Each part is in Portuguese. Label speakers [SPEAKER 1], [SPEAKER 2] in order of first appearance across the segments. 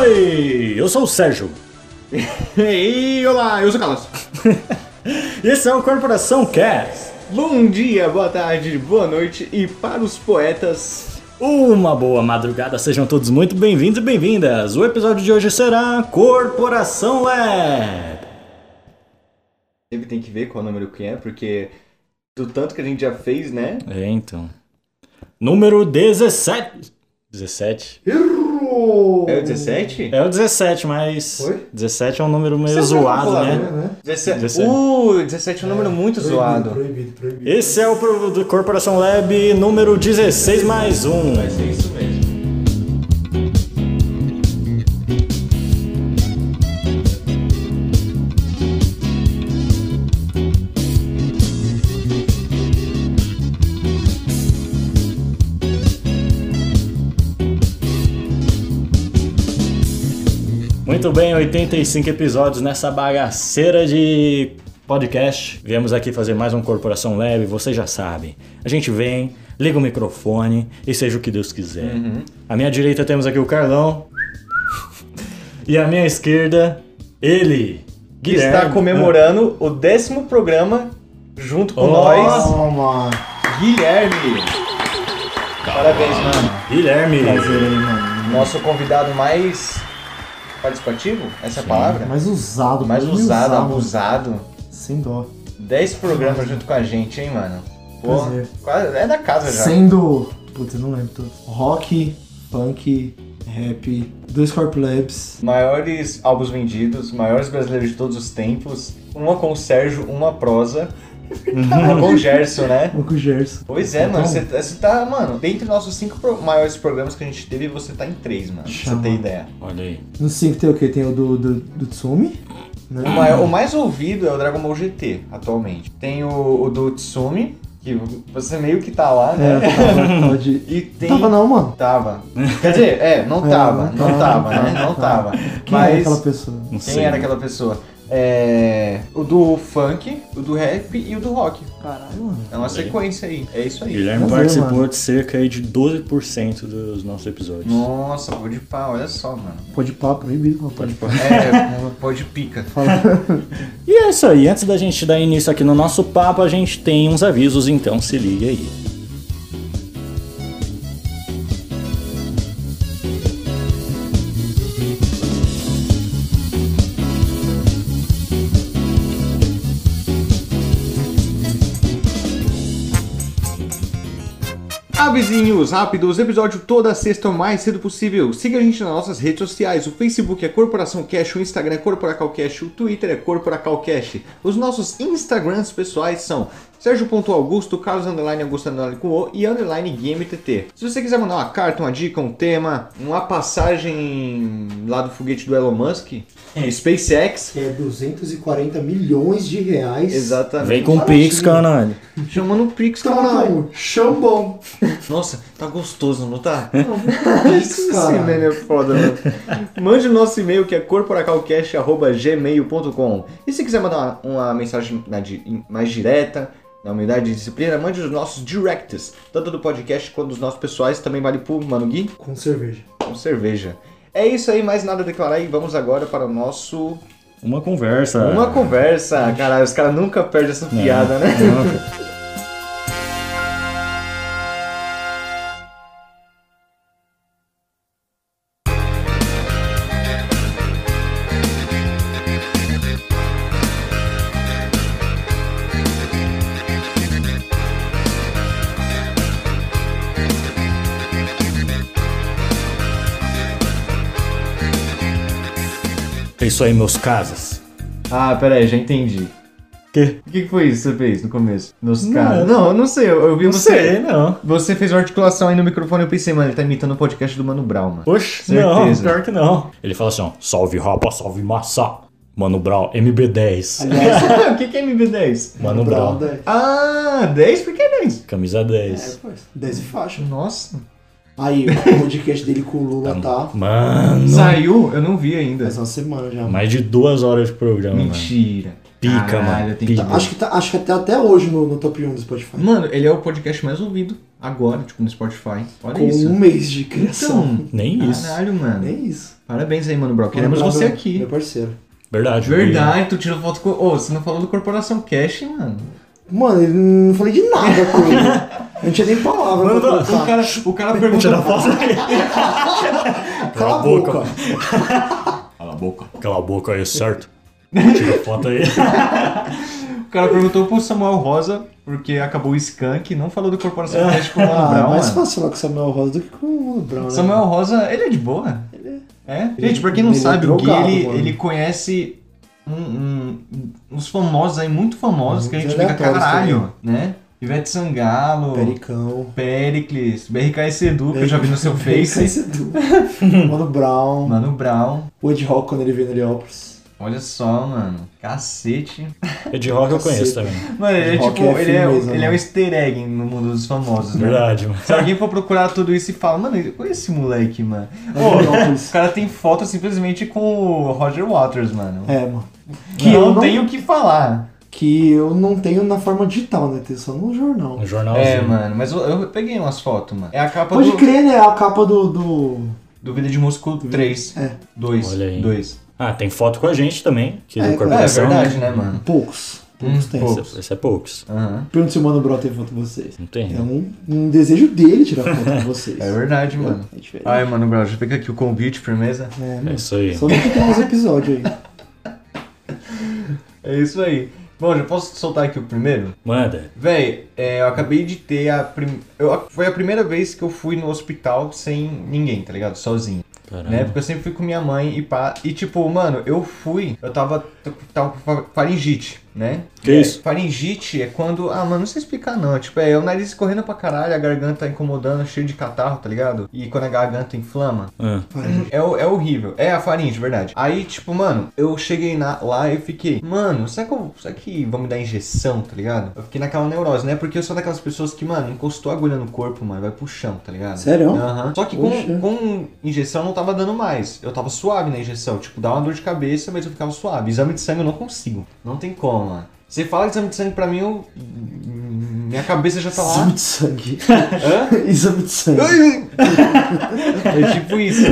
[SPEAKER 1] Oi, eu sou o Sérgio.
[SPEAKER 2] e olá, eu sou o Carlos.
[SPEAKER 1] E esse é o Corporação Cast.
[SPEAKER 2] Bom dia, boa tarde, boa noite e para os poetas.
[SPEAKER 1] Uma boa madrugada, sejam todos muito bem-vindos e bem-vindas. O episódio de hoje será Corporação Lab.
[SPEAKER 2] Ele tem que ver qual número que é, porque do tanto que a gente já fez, né?
[SPEAKER 1] É, então. Número 17. 17?
[SPEAKER 2] É o 17?
[SPEAKER 1] É o 17, mas.
[SPEAKER 3] Oi?
[SPEAKER 1] 17 é um número meio
[SPEAKER 2] Você
[SPEAKER 1] zoado,
[SPEAKER 2] vai falar,
[SPEAKER 1] né?
[SPEAKER 3] né?
[SPEAKER 2] 17.
[SPEAKER 1] 17.
[SPEAKER 2] Uh, 17 é um número muito zoado.
[SPEAKER 3] Proibido, proibido.
[SPEAKER 1] Esse é o pro- do Corporação Lab número 16 mais um.
[SPEAKER 2] É isso mesmo.
[SPEAKER 1] Muito bem, 85 episódios nessa bagaceira de podcast. Viemos aqui fazer mais um Corporação Leve, vocês já sabem. A gente vem, liga o microfone e seja o que Deus quiser.
[SPEAKER 2] Uhum.
[SPEAKER 1] À minha direita temos aqui o Carlão. E à minha esquerda, ele, Guilherme.
[SPEAKER 2] Está comemorando o décimo programa junto com
[SPEAKER 1] Oh.
[SPEAKER 2] nós,
[SPEAKER 3] Toma!
[SPEAKER 2] Guilherme. Parabéns, mano.
[SPEAKER 1] Ah, Guilherme.
[SPEAKER 3] Prazer aí, mano.
[SPEAKER 2] Nosso convidado mais participativo, essa é a palavra?
[SPEAKER 3] Mais usado,
[SPEAKER 2] mais
[SPEAKER 3] bem
[SPEAKER 2] usado, abusado.
[SPEAKER 3] Sem dó.
[SPEAKER 2] 10 programas junto com a gente, hein, mano? Pô,
[SPEAKER 3] Pois é.
[SPEAKER 2] quase- é da casa já.
[SPEAKER 3] Sendo. Putz, eu não lembro tudo. Rock, funk, rap, dois Corp Labs.
[SPEAKER 2] Maiores álbuns vendidos, maiores brasileiros de todos os tempos. Uma com o Sérgio, uma prosa. uma com o Gerson, né?
[SPEAKER 3] Oco Gerson.
[SPEAKER 2] Pois é, mano,
[SPEAKER 3] Uhum. Então-
[SPEAKER 2] você tá- você tá, mano, dentre nossos cinco pro- maiores programas que a gente teve, você tá em três, mano. Pra você
[SPEAKER 3] Chama.
[SPEAKER 2] ter ideia.
[SPEAKER 1] Olha aí.
[SPEAKER 3] No 5 tem o quê? Tem o do, do, do Tsumi? Né?
[SPEAKER 2] O, maior- o mais ouvido é o Dragon Ball GT, atualmente. Tem o, o do Tsumi, que você meio que tá lá,
[SPEAKER 3] É,
[SPEAKER 2] né?
[SPEAKER 3] tava, tava de.
[SPEAKER 2] E tem.
[SPEAKER 3] Tava não, mano.
[SPEAKER 2] Tava. Quer dizer, é, não
[SPEAKER 3] É,
[SPEAKER 2] tava,
[SPEAKER 3] não
[SPEAKER 2] não
[SPEAKER 3] tava,
[SPEAKER 2] tava, né? Não tava.
[SPEAKER 3] Quem era
[SPEAKER 2] Mas
[SPEAKER 3] aquela pessoa?
[SPEAKER 1] Não sei.
[SPEAKER 2] quem era aquela pessoa? É. O do funk, o do rap e o do rock.
[SPEAKER 3] Caralho, mano.
[SPEAKER 2] É uma sequência aí. É isso aí.
[SPEAKER 1] Guilherme
[SPEAKER 3] Prazer,
[SPEAKER 1] participou
[SPEAKER 3] mano.
[SPEAKER 1] de cerca aí de 12% dos nossos episódios.
[SPEAKER 2] Nossa, pô de pá, olha só, mano.
[SPEAKER 3] Pode pá, proibido, mano. Pode pá.
[SPEAKER 2] É, pô de pica.
[SPEAKER 1] E é isso aí, antes da gente dar início aqui no nosso papo, a gente tem uns avisos, então se liga aí.
[SPEAKER 2] Avisinhos rápidos, episódio toda sexta o mais cedo possível. Siga a gente nas nossas redes sociais, o Facebook é Corporação Cash, o Instagram é Corporacal Cash, o Twitter é Corporacal Cash. Os nossos Instagrams pessoais são Sérgio.Augusto, Carlos Underline, Augusto Underline com O e Underline GameTT. Se você quiser mandar uma carta, uma dica, um tema, uma passagem lá do foguete do Elon Musk, SpaceX,
[SPEAKER 3] Que é 240 milhões de reais.
[SPEAKER 2] exatamente.
[SPEAKER 1] Vem com o Pix, caralho.
[SPEAKER 2] Chamando o Pix, caralho.
[SPEAKER 3] Caralho, chambão.
[SPEAKER 2] Nossa, tá gostoso, não tá?
[SPEAKER 3] Pix,
[SPEAKER 2] Esse
[SPEAKER 3] cara.
[SPEAKER 2] e-mail é foda, mano. Mande o nosso e-mail que é corporacalcast.gmail.com E se quiser mandar uma, uma mensagem na di- mais direta, né, na humildade e disciplina, mande os nossos directs, tanto do podcast quanto dos nossos pessoais, também vale pro Mano Gui,
[SPEAKER 3] Com cerveja.
[SPEAKER 2] com cerveja. É isso aí, mais nada a declarar e vamos agora para o nosso...
[SPEAKER 1] Uma conversa.
[SPEAKER 2] Uma conversa, caralho, os caras nunca perdem essa
[SPEAKER 1] Ah. Não.
[SPEAKER 2] piada, né?
[SPEAKER 1] Não. É isso aí, meus casas.
[SPEAKER 2] Ah, pera aí, já entendi.
[SPEAKER 1] Quê?
[SPEAKER 2] O que que foi isso que você fez no começo? Nos
[SPEAKER 1] Não.
[SPEAKER 2] caras? Não, eu não sei, eu, eu vi você...
[SPEAKER 1] não.
[SPEAKER 2] Você fez uma articulação aí no microfone, eu pensei, mano, ele tá imitando o podcast do Mano Brown, mano.
[SPEAKER 1] Oxe,
[SPEAKER 2] Certeza.
[SPEAKER 1] não, pior que não. Ele fala assim, ó, salve rapa, salve massa. Mano Brown, MB10.
[SPEAKER 3] Aliás,
[SPEAKER 2] o que, que é MB10?
[SPEAKER 1] Mano Brown,
[SPEAKER 3] Brown 10.
[SPEAKER 2] Ah, 10 porque é 10.
[SPEAKER 1] camisa 10.
[SPEAKER 3] pois. 10 e faixa.
[SPEAKER 2] Nossa.
[SPEAKER 3] Aí, o podcast dele com o
[SPEAKER 2] É,
[SPEAKER 3] Lula tá
[SPEAKER 1] Mano,
[SPEAKER 2] Saiu? Eu não vi ainda.
[SPEAKER 3] faz uma semana já.
[SPEAKER 1] mais de duas horas de programa, mano.
[SPEAKER 2] Mentira.
[SPEAKER 1] Pica,
[SPEAKER 2] Caralho,
[SPEAKER 1] mano,
[SPEAKER 2] eu tenho que-
[SPEAKER 3] tá,
[SPEAKER 1] pica.
[SPEAKER 3] Acho que, tá, acho que até, até hoje no, no top 1 do Spotify.
[SPEAKER 2] Mano, ele é o podcast mais ouvido agora, tipo, no Spotify. Olha
[SPEAKER 3] com
[SPEAKER 2] isso.
[SPEAKER 3] um mês de criação.
[SPEAKER 2] Então,
[SPEAKER 1] Nem isso.
[SPEAKER 2] caralho, mano.
[SPEAKER 3] Nem isso.
[SPEAKER 2] Parabéns aí, mano, bro. Queremos
[SPEAKER 3] Obrigado,
[SPEAKER 2] você aqui.
[SPEAKER 3] Meu parceiro.
[SPEAKER 1] Verdade.
[SPEAKER 2] Verdade, tu tirou foto com. Ô, você não falou do Corporação Cash, mano.
[SPEAKER 3] Mano, eu não falei de nada com ele. Eu não tinha nem palavra
[SPEAKER 1] Mano,
[SPEAKER 3] pra
[SPEAKER 1] mano,
[SPEAKER 2] O
[SPEAKER 3] colocar.
[SPEAKER 2] cara, o cara
[SPEAKER 1] Vou tirar
[SPEAKER 2] pergunta.
[SPEAKER 1] foto aqui.
[SPEAKER 3] Cala a
[SPEAKER 1] boca.
[SPEAKER 3] boca.
[SPEAKER 2] Cala a boca.
[SPEAKER 1] Cala a boca aí, certo? Tira foto aí.
[SPEAKER 2] O cara perguntou pro Samuel Rosa, porque acabou o Skank, não falou do Corporação Cash com o Mano
[SPEAKER 3] Ah, é
[SPEAKER 2] Brown,
[SPEAKER 3] mais
[SPEAKER 2] mano.
[SPEAKER 3] fácil falar com o Samuel Rosa do que com o Mano Brown, né?
[SPEAKER 2] Samuel Rosa, ele é de boa. É? Gente, pra quem não
[SPEAKER 3] Ele é
[SPEAKER 2] sabe, o Gui,
[SPEAKER 3] drogado,
[SPEAKER 2] ele,
[SPEAKER 3] mano.
[SPEAKER 2] ele conhece um- um- uns famosos aí, muito famosos, que a gente
[SPEAKER 3] Uns
[SPEAKER 2] fica
[SPEAKER 3] aleatórios
[SPEAKER 2] caralho, né? Ivete Sangalo,
[SPEAKER 3] Pericão.
[SPEAKER 2] Pericles, BRK Sedu, que eu já vi no seu Face,
[SPEAKER 3] Face do Mano Brown.
[SPEAKER 2] Mano Brown.
[SPEAKER 3] O Ed Rock quando ele veio no Heliópolis.
[SPEAKER 2] Olha só, mano. Cacete.
[SPEAKER 1] Ed É Rock eu conheço também.
[SPEAKER 2] Mano, ele é
[SPEAKER 3] Rock
[SPEAKER 2] tipo, ele,
[SPEAKER 3] é
[SPEAKER 2] é,
[SPEAKER 3] firmeza,
[SPEAKER 2] ele é um
[SPEAKER 3] mano.
[SPEAKER 2] easter egg no mundo dos famosos, né?
[SPEAKER 1] Verdade, mano.
[SPEAKER 2] Se alguém for procurar tudo isso e fala, mano, olha esse moleque, mano. Ô,
[SPEAKER 3] Heliópolis.
[SPEAKER 2] o cara tem foto simplesmente com o Roger Waters, mano.
[SPEAKER 3] É, mano.
[SPEAKER 2] Que eu não
[SPEAKER 3] não-
[SPEAKER 2] tenho o que falar.
[SPEAKER 3] Que eu não tenho na forma digital, né? Tem só no jornal.
[SPEAKER 1] Um jornalzinho.
[SPEAKER 2] É, mano, mas eu, eu peguei umas fotos, mano. É a capa
[SPEAKER 3] Pode
[SPEAKER 2] do,
[SPEAKER 3] crer, né? A capa do. do...
[SPEAKER 2] do Vida de Músico 3.
[SPEAKER 3] É.
[SPEAKER 2] 2.
[SPEAKER 1] Olha aí.
[SPEAKER 2] 2.
[SPEAKER 1] Ah, tem foto com a gente também, que
[SPEAKER 3] É,
[SPEAKER 1] do
[SPEAKER 3] é
[SPEAKER 2] É,
[SPEAKER 1] Corporação.
[SPEAKER 2] verdade, né, mano?
[SPEAKER 3] Poucos. Poucos tem.
[SPEAKER 2] pouco.
[SPEAKER 1] Esse, esse é poucos.
[SPEAKER 2] Aham.
[SPEAKER 3] Pergunta se o Mano Brown tem foto com vocês.
[SPEAKER 1] Não tem. né?
[SPEAKER 3] É um, um desejo dele tirar foto com vocês.
[SPEAKER 2] É verdade, mano.
[SPEAKER 3] É diferente.
[SPEAKER 2] Ai, mano, bro, já fica aqui o convite, firmeza.
[SPEAKER 3] É,
[SPEAKER 1] É
[SPEAKER 3] mano.
[SPEAKER 1] isso aí.
[SPEAKER 3] Só não tem uns episódios aí.
[SPEAKER 2] É isso aí. Bom, já posso soltar aqui o primeiro?
[SPEAKER 1] Manda.
[SPEAKER 2] Véi, é, eu acabei de ter a prim... eu, Foi a primeira vez que eu fui no hospital sem ninguém, tá ligado? Sozinho.
[SPEAKER 1] Caramba.
[SPEAKER 2] Né? Porque eu sempre fui com minha mãe e pá. E tipo, mano, eu fui. Eu tava. Tava com fa- faringite, né?
[SPEAKER 1] Que
[SPEAKER 2] É,
[SPEAKER 1] isso?
[SPEAKER 2] Faringite é quando. Ah, mano, não sei explicar não. Tipo, é o nariz correndo pra caralho, a garganta incomodando, cheio de catarro, tá ligado? E quando a garganta inflama.
[SPEAKER 1] Ah,
[SPEAKER 2] É, o- é horrível. É a faringe, verdade. Aí, tipo, mano, eu cheguei na- lá e fiquei, mano, será que, eu, será que vão me dar injeção, tá ligado? Eu fiquei naquela neurose, né? Porque eu sou daquelas pessoas que, mano, encostou a agulha no corpo, mano, vai pro chão, tá ligado?
[SPEAKER 3] Sério?
[SPEAKER 2] Aham. Só que com,
[SPEAKER 3] Poxa.
[SPEAKER 2] com injeção eu não tava dando mais. Eu tava suave na injeção. Tipo, dá uma dor de cabeça, mas eu ficava suave. Exame de sangue eu não consigo. Não tem como, mano. Você fala de exame de sangue pra mim, eu. Minha cabeça já tá lá.
[SPEAKER 3] Exame de sangue.
[SPEAKER 2] Hã?
[SPEAKER 3] Exame de sangue.
[SPEAKER 2] É tipo isso.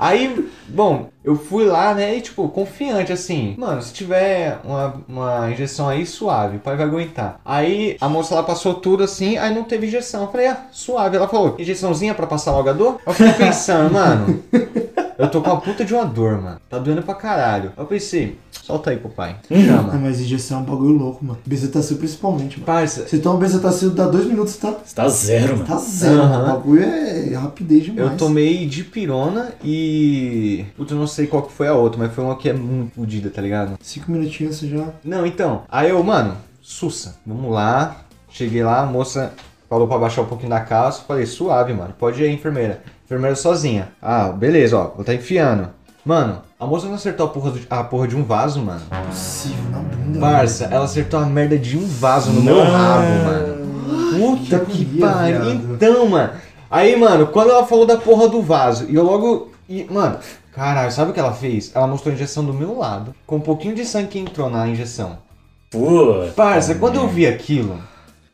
[SPEAKER 2] Aí, bom, eu fui lá, né? E tipo, confiante, assim. Mano, se tiver uma, uma injeção aí, suave, o pai vai aguentar. Aí a moça lá passou tudo assim, aí não teve injeção. Eu falei, ah, suave. Ela falou, injeçãozinha pra passar logo a dor? Eu fiquei pensando, mano. Eu tô com a puta de uma dor, mano. Tá doendo pra caralho. Eu pensei, solta aí pro pai.
[SPEAKER 3] Ah,
[SPEAKER 2] Chama.
[SPEAKER 3] mas injeção é um bagulho louco, mano. Bezetacil principalmente, mano.
[SPEAKER 2] Parça,
[SPEAKER 3] Você toma bezetacil, dá dois minutos, tá,
[SPEAKER 1] você tá zero, mano.
[SPEAKER 3] tá zero.
[SPEAKER 2] Aham.
[SPEAKER 3] O bagulho é rapidez demais.
[SPEAKER 2] Eu tomei dipirona e. Putz, eu não sei qual que foi a outra, mas foi uma que é muito fodida, tá ligado?
[SPEAKER 3] Cinco minutinhos você já...
[SPEAKER 2] Não, então. Aí eu, mano, sussa, vamos lá. Cheguei lá, a moça falou pra baixar um pouquinho da calça. Falei, suave, mano, pode ir aí, enfermeira. Enfermeira sozinha. Ah, beleza, ó, vou tá enfiando. Mano, a moça não acertou a porra, do- a porra de um vaso, mano.
[SPEAKER 3] Possível, na bunda.
[SPEAKER 2] Parça, ela acertou a merda de um vaso no meu
[SPEAKER 1] Não.
[SPEAKER 2] rabo, mano. Puta
[SPEAKER 3] que
[SPEAKER 2] que,
[SPEAKER 3] agonia,
[SPEAKER 2] pariu.
[SPEAKER 3] viado.
[SPEAKER 2] Então, mano. Aí, mano, quando ela falou da porra do vaso, e eu logo. E, mano, caralho, sabe o que ela fez? Ela mostrou a injeção do meu lado, com um pouquinho de sangue que entrou na injeção.
[SPEAKER 1] Pô.
[SPEAKER 2] Parça, quando eu vi aquilo,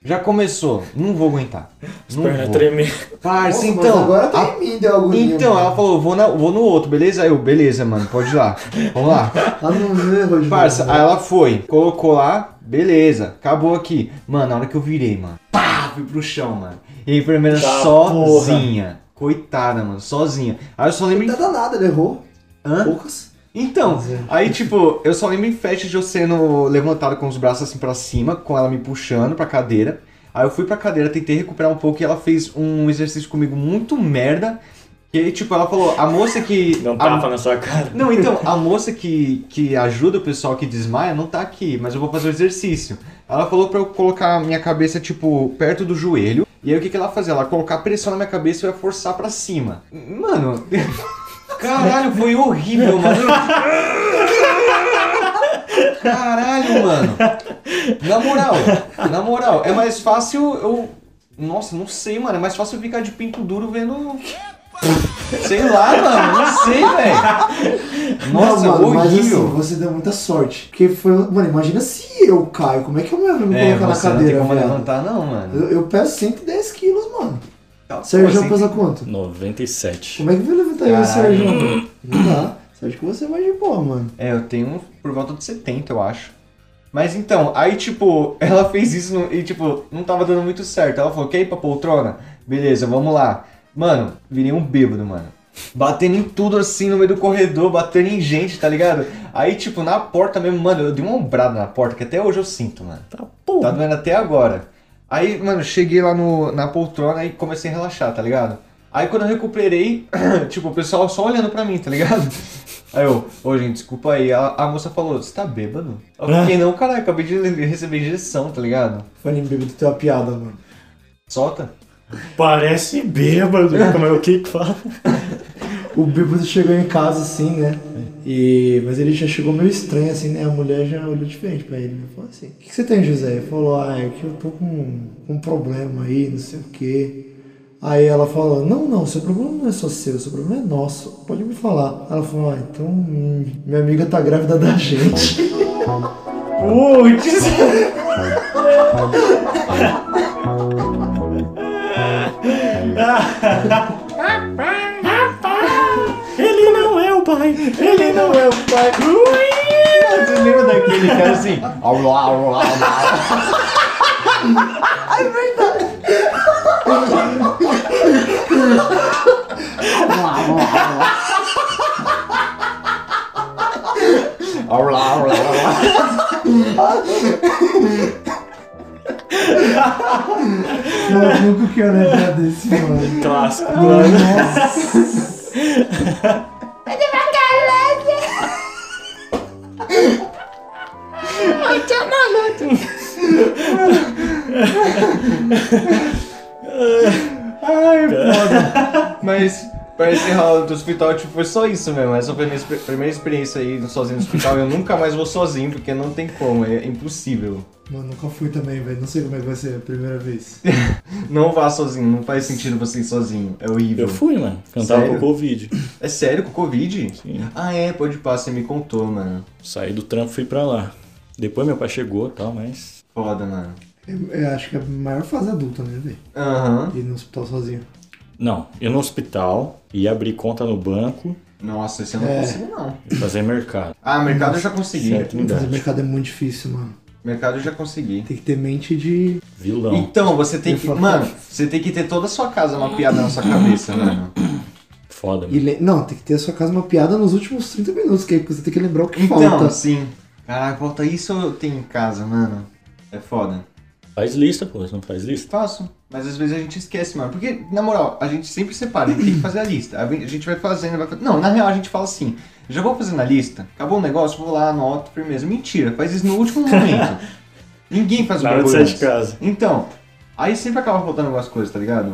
[SPEAKER 2] já começou. Não vou aguentar. Não
[SPEAKER 1] Perna
[SPEAKER 2] vou.
[SPEAKER 1] tremer.
[SPEAKER 3] Nossa,
[SPEAKER 2] Parça,
[SPEAKER 3] mas
[SPEAKER 2] então.
[SPEAKER 3] agora
[SPEAKER 2] a-
[SPEAKER 3] tá em mim, deu agonia.
[SPEAKER 2] Então, ela
[SPEAKER 3] mano.
[SPEAKER 2] falou, vou, na- vou no outro, beleza? Aí eu, beleza, mano, pode ir lá. Vamos lá.
[SPEAKER 3] Ela Ah, não viu, errou de
[SPEAKER 2] Parça,
[SPEAKER 3] novo,
[SPEAKER 2] aí
[SPEAKER 3] né?
[SPEAKER 2] ela foi, colocou lá, beleza, acabou aqui. Mano, na hora que eu virei, mano, pá, fui pro chão, mano. E a enfermeira
[SPEAKER 1] Tá,
[SPEAKER 2] sozinha. Coitada, mano, sozinha. Aí eu só lembro.
[SPEAKER 3] Não
[SPEAKER 2] em-
[SPEAKER 3] dá nada, ela errou.
[SPEAKER 2] Hã?
[SPEAKER 3] Poucas.
[SPEAKER 2] Então,
[SPEAKER 3] Pois é.
[SPEAKER 2] aí tipo, eu só lembro em festa de eu sendo levantado com os braços assim pra cima, com ela me puxando pra cadeira. Aí eu fui pra cadeira, tentei recuperar um pouco e ela fez um exercício comigo muito merda. E aí, tipo, ela falou, a moça que.
[SPEAKER 1] Dá um
[SPEAKER 2] a-
[SPEAKER 1] tapa na sua cara.
[SPEAKER 2] não, então, a moça que, que ajuda o pessoal que desmaia não tá aqui, mas eu vou fazer o exercício. Ela falou pra eu colocar a minha cabeça, tipo, perto do joelho. E aí o que, que ela fazia? Ela colocar pressão na minha cabeça e eu ia forçar pra cima. Mano. Caralho, foi horrível, mano. Caralho, mano. Na moral, na moral, é mais fácil eu. Nossa, não sei, mano. É mais fácil eu ficar de pinto duro vendo. Sei lá, mano. Não sei, velho. Nossa,
[SPEAKER 3] não, mano, mas assim,
[SPEAKER 2] horrível.
[SPEAKER 3] você deu muita sorte. Porque foi. Mano, imagina se eu caio. Como é que eu ia me
[SPEAKER 2] é,
[SPEAKER 3] colocar na
[SPEAKER 2] você não tem
[SPEAKER 3] cadeira,
[SPEAKER 2] como
[SPEAKER 3] velho?
[SPEAKER 2] levantar, não, mano. assim
[SPEAKER 3] Eu, eu peso 110 quilos, mano. Sérgio pesa quanto?
[SPEAKER 1] 97.
[SPEAKER 3] Como é que vai levantar eu e o
[SPEAKER 2] Caralho.
[SPEAKER 3] Sérgio? mano? Não dá. Sérgio que você vai de boa, mano.
[SPEAKER 2] É, eu tenho por volta de 70, eu acho. Mas então, aí tipo, ela fez isso no- e tipo, não tava dando muito certo. Ela falou, quer ir pra poltrona? Beleza, vamos lá. Mano, virei um bêbado, mano. Batendo em tudo assim no meio do corredor, batendo em gente, tá ligado? Aí, tipo, na porta mesmo, mano, eu dei uma ombrada na porta, que até hoje eu sinto, mano.
[SPEAKER 1] Tá porra.
[SPEAKER 2] Tá doendo até agora. Aí, mano, cheguei lá no, na poltrona e comecei a relaxar, tá ligado? Aí quando eu recuperei, tipo, o pessoal só olhando pra mim, tá ligado? Aí eu, ô gente, desculpa aí. A, a moça falou, você tá bêbado? Eu
[SPEAKER 1] É.
[SPEAKER 2] fiquei, não, caralho, acabei de receber injeção, tá ligado?
[SPEAKER 3] Fanny bêbado tem uma piada, mano.
[SPEAKER 2] Solta.
[SPEAKER 1] Parece bêbado. Como é o que que fala?
[SPEAKER 3] O bêbado chegou em casa assim, né? E... Mas ele já chegou meio estranho, assim, né? A mulher já olhou diferente pra ele. Né? Falou assim: O que, que você tem, José? Ele falou: Ah, é que eu tô com com um problema aí, não sei o quê. Aí ela falou: Não, não, seu problema não é só seu, seu problema é nosso. Pode me falar. Ela falou: Ah, então hum, minha amiga tá grávida da gente.
[SPEAKER 1] Putz.
[SPEAKER 2] Tá.
[SPEAKER 1] Ele não é o pai. Ele não é o pai.
[SPEAKER 2] Você lembra daquele cara assim? Au, au, au, au, au. Au, au, au, au.
[SPEAKER 3] Cara, eu nunca quero lembrar desse, mano.
[SPEAKER 1] Clássico.
[SPEAKER 3] Nossa.
[SPEAKER 2] Ai, foda. Mas pra encerrar do hospital, tipo, foi só isso mesmo. Essa foi a minha exper- primeira experiência aí sozinho no hospital. Eu nunca mais vou sozinho, porque não tem como, é impossível.
[SPEAKER 3] Mano, nunca fui também, velho. Não sei como é que vai ser a primeira vez.
[SPEAKER 2] Não vá sozinho, não faz sentido você ir sozinho. É horrível.
[SPEAKER 1] Eu fui, mano. porque Eu tava com
[SPEAKER 2] Sério?
[SPEAKER 1] Covid.
[SPEAKER 2] É sério com Covid?
[SPEAKER 1] Sim.
[SPEAKER 2] Ah, é, pode passar, você me contou, mano.
[SPEAKER 1] Saí do trampo e fui pra lá. Depois meu pai chegou e tal, mas.
[SPEAKER 2] Foda, mano.
[SPEAKER 3] Eu, eu acho que é a maior fase adulta, né, velho?
[SPEAKER 2] Aham.
[SPEAKER 3] Ir no hospital sozinho.
[SPEAKER 1] Não, eu no hospital ia abrir conta no banco
[SPEAKER 2] Nossa, esse eu não
[SPEAKER 3] É.
[SPEAKER 2] consigo, não.
[SPEAKER 1] e fazer mercado.
[SPEAKER 2] Ah, mercado eu já consegui.
[SPEAKER 1] Certo, não dá.
[SPEAKER 3] Fazer mercado é muito difícil, mano.
[SPEAKER 2] Mercado eu já consegui.
[SPEAKER 3] Tem que ter mente de.
[SPEAKER 1] Vilão.
[SPEAKER 2] Então, você tem
[SPEAKER 3] Eu
[SPEAKER 2] que.
[SPEAKER 3] falo-
[SPEAKER 2] Mano, você tem que ter toda a sua casa mapeada na sua cabeça, mano.
[SPEAKER 1] Foda,
[SPEAKER 3] e
[SPEAKER 1] mano.
[SPEAKER 3] le- Não, tem que ter a sua casa uma piada nos últimos 30 minutos, que aí você tem que lembrar o que
[SPEAKER 2] Então,
[SPEAKER 3] falta.
[SPEAKER 2] sim. Caraca, falta isso eu tenho em casa, mano. É foda.
[SPEAKER 1] Faz lista, pô. Você não faz lista?
[SPEAKER 2] Faço. Mas às vezes a gente esquece, mano. Porque, na moral, a gente sempre separa, a gente tem que fazer a lista. A gente vai fazendo, vai fazendo. Não, na real a gente fala assim, já vou fazendo a lista, acabou o negócio, vou lá, anoto, firmeza. Mentira, faz isso no último momento. Ninguém faz o
[SPEAKER 1] Na hora de
[SPEAKER 2] bagulho
[SPEAKER 1] sair de
[SPEAKER 2] antes.
[SPEAKER 1] casa.
[SPEAKER 2] Então, aí sempre acaba faltando algumas coisas, tá ligado?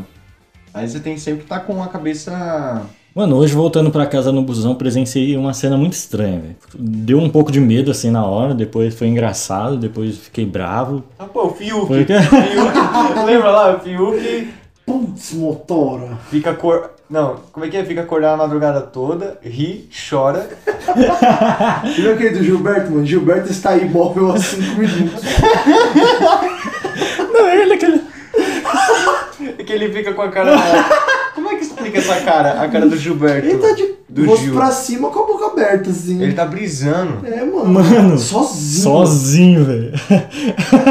[SPEAKER 2] Aí você tem sempre que estar com a cabeça.
[SPEAKER 1] Mano, hoje voltando pra casa no busão, presenciei uma cena muito estranha, velho. Deu um pouco de medo assim na hora, depois foi engraçado, depois fiquei bravo.
[SPEAKER 2] Ah, pô, o Fiuk.
[SPEAKER 1] Foi o quê?
[SPEAKER 2] Fiuk. Lembra lá, o Fiuk
[SPEAKER 3] Putz, motora.
[SPEAKER 2] Fica cor. Não, como é que é? Fica acordado a madrugada toda, ri, chora.
[SPEAKER 3] Lembra aquele do Gilberto, mano? Gilberto está imóvel há 5 minutos.
[SPEAKER 1] Não, ele aquele.
[SPEAKER 2] É que ele fica com a cara. Como é que explica essa cara? A cara do Gilberto.
[SPEAKER 3] Ele tá de
[SPEAKER 2] Do
[SPEAKER 3] rosto
[SPEAKER 2] Gil.
[SPEAKER 3] pra cima com a boca aberta, assim.
[SPEAKER 2] Ele tá brisando.
[SPEAKER 3] É, mano.
[SPEAKER 1] Mano,
[SPEAKER 3] Sozinho.
[SPEAKER 1] Sozinho, velho.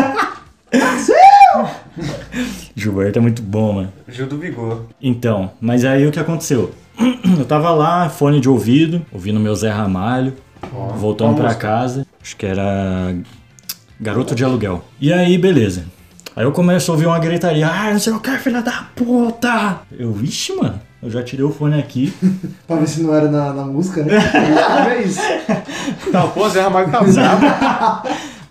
[SPEAKER 1] Gilberto é muito bom, mano.
[SPEAKER 2] Gil do Vigor.
[SPEAKER 1] Então, mas aí o que aconteceu? Eu tava lá, fone de ouvido, ouvindo meu Zé Ramalho, voltando
[SPEAKER 2] qual
[SPEAKER 1] pra
[SPEAKER 2] música?
[SPEAKER 1] casa. Acho que era Garoto de Aluguel. E aí, beleza. Aí eu começo a ouvir uma gritaria, ah, não sei o que, filha da puta! Eu, ixi, mano, eu já tirei o fone aqui.
[SPEAKER 3] Pra ver se não era na, na música, né? é isso.
[SPEAKER 2] Tá, pô, Zé Ramalho tá bravo.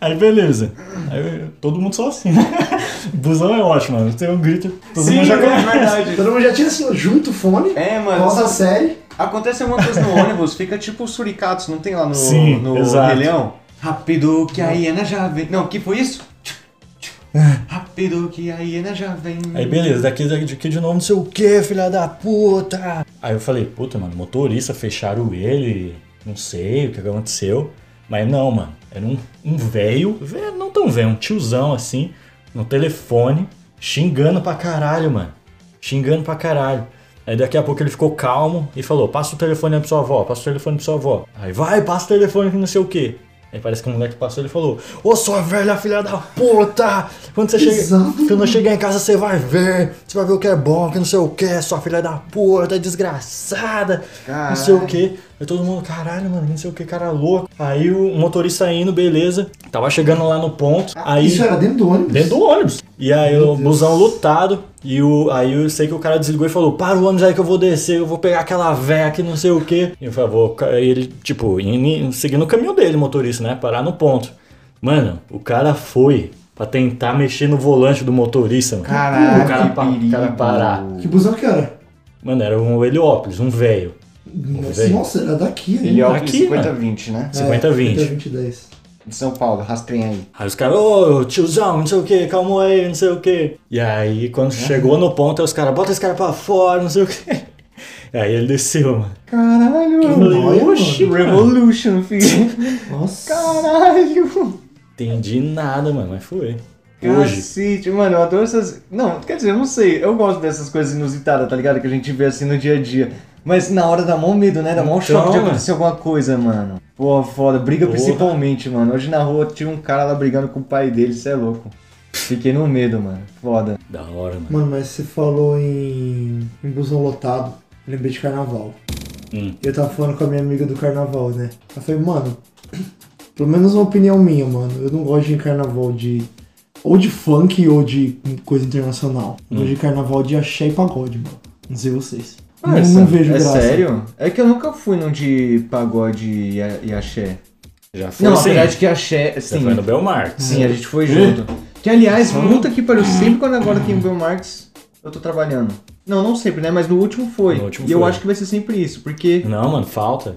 [SPEAKER 1] Aí, beleza. Aí eu- todo mundo só assim, né? Busão é ótimo, mano. Tem um grito, todo mundo já
[SPEAKER 2] é verdade.
[SPEAKER 3] Todo mundo já tinha assim, junto o fone.
[SPEAKER 2] É, mano.
[SPEAKER 3] Nossa série.
[SPEAKER 2] Acontece alguma coisa no ônibus, fica tipo os suricatos, não tem lá no,
[SPEAKER 1] Sim,
[SPEAKER 2] no
[SPEAKER 1] exato.
[SPEAKER 2] Rei Leão? Rápido que a hiena já vem. Não, que foi isso? Tchuc, tchuc.
[SPEAKER 3] É.
[SPEAKER 2] Rápido que a hiena já vem.
[SPEAKER 1] Aí beleza, daqui, daqui de novo não sei o que, filha da puta. Aí eu falei, puta, mano, motorista, fecharam ele, não sei o que aconteceu. Mas não, mano, era um, um velho, velho, não tão velho, um tiozão assim, no telefone, xingando pra caralho, mano. xingando pra caralho. Aí daqui a pouco ele ficou calmo e falou: passa o telefone aí pra sua avó, passa o telefone pra sua avó. Aí vai, passa o telefone que não sei o quê. Aí parece que o moleque passou ele falou: Ô sua velha filha da puta! Quando você chega,
[SPEAKER 3] Exato.
[SPEAKER 1] quando eu chegar em casa, você vai ver, você vai ver o que é bom, que não sei o que, sua filha da puta, é desgraçada, não sei o
[SPEAKER 2] Caralho.
[SPEAKER 1] que. Aí todo mundo, caralho, mano, não sei o que, cara louco. Aí o motorista indo, beleza, tava chegando lá no ponto. Aí,
[SPEAKER 3] Isso era dentro do ônibus?
[SPEAKER 1] Dentro do ônibus. E aí o
[SPEAKER 3] Deus.
[SPEAKER 1] busão lotado. E o, aí eu sei que o cara desligou e falou: Para o ônibus aí que eu vou descer, eu vou pegar aquela véia que não sei o quê. E eu falei, "Ah, vou. ca- aí Ele, tipo, in- seguindo o caminho dele, motorista, né? Parar no ponto. Mano, o cara foi pra tentar mexer no volante do motorista, mano.
[SPEAKER 2] Caralho,
[SPEAKER 1] o cara,
[SPEAKER 2] que
[SPEAKER 1] pa- o cara
[SPEAKER 2] perigo.
[SPEAKER 1] parar.
[SPEAKER 3] Que busão que era?
[SPEAKER 1] Mano, era um Heliópolis, um velho.
[SPEAKER 3] Nossa,
[SPEAKER 1] ver.
[SPEAKER 3] nossa, era daqui. né?
[SPEAKER 2] Ele é o
[SPEAKER 1] Aqui,
[SPEAKER 2] 50-20, né?
[SPEAKER 1] 50-20.
[SPEAKER 3] 50, 10.
[SPEAKER 2] De São Paulo, rastreia aí.
[SPEAKER 1] Aí os caras, ô tiozão, não sei o que, calma aí, não sei o que. E aí, quando chegou no ponto, aí os caras, bota esse cara pra fora, não sei o que. Aí ele desceu, mano.
[SPEAKER 2] Caralho,
[SPEAKER 3] nóia,
[SPEAKER 2] Oxi,
[SPEAKER 3] mano.
[SPEAKER 2] Revolution, filho.
[SPEAKER 3] Nossa.
[SPEAKER 2] Caralho.
[SPEAKER 1] Entendi nada, mano, mas foi. Hoje.
[SPEAKER 2] Cacete, mano, eu adoro essas. Não, quer dizer, eu não sei. Eu gosto dessas coisas inusitadas, tá ligado? Que a gente vê assim no dia a dia. Mas na hora dá mó medo, né? Dá mó
[SPEAKER 1] Então,
[SPEAKER 2] choque de
[SPEAKER 1] mano.
[SPEAKER 2] acontecer alguma coisa, mano. Pô, foda. Briga
[SPEAKER 1] Porra.
[SPEAKER 2] principalmente, mano. Hoje na rua tinha um cara lá brigando com o pai dele, cê é louco. Fiquei no medo, mano. Foda.
[SPEAKER 1] Da hora, mano.
[SPEAKER 3] Mano, mas você falou em, em busão lotado. Eu lembrei de carnaval.
[SPEAKER 1] Hum.
[SPEAKER 3] Eu tava falando com a minha amiga do carnaval, né? Ela falou, mano, pelo menos uma opinião minha, mano. Eu não gosto de carnaval de. Ou de funk ou de coisa internacional. Eu
[SPEAKER 2] Hum.
[SPEAKER 3] gosto de carnaval de axé e pagode, mano. Não sei vocês. Ah, Eu não, não vejo
[SPEAKER 2] é
[SPEAKER 3] graça.
[SPEAKER 2] sério? É que eu nunca fui num de pagode e, a- e axé.
[SPEAKER 1] Já foi
[SPEAKER 2] Não,
[SPEAKER 1] sim.
[SPEAKER 2] apesar de que axé.
[SPEAKER 1] Você
[SPEAKER 2] Sim,
[SPEAKER 1] foi no Belmar.
[SPEAKER 2] Sim, a gente foi
[SPEAKER 1] Hum?
[SPEAKER 2] junto. Que aliás, puta que pariu, sempre quando agora tem Belmarx, eu tô trabalhando. Não, não sempre, né? Mas no último foi.
[SPEAKER 1] No último
[SPEAKER 2] e eu
[SPEAKER 1] foi.
[SPEAKER 2] acho que vai ser sempre isso, porque.
[SPEAKER 1] Não, mano, falta.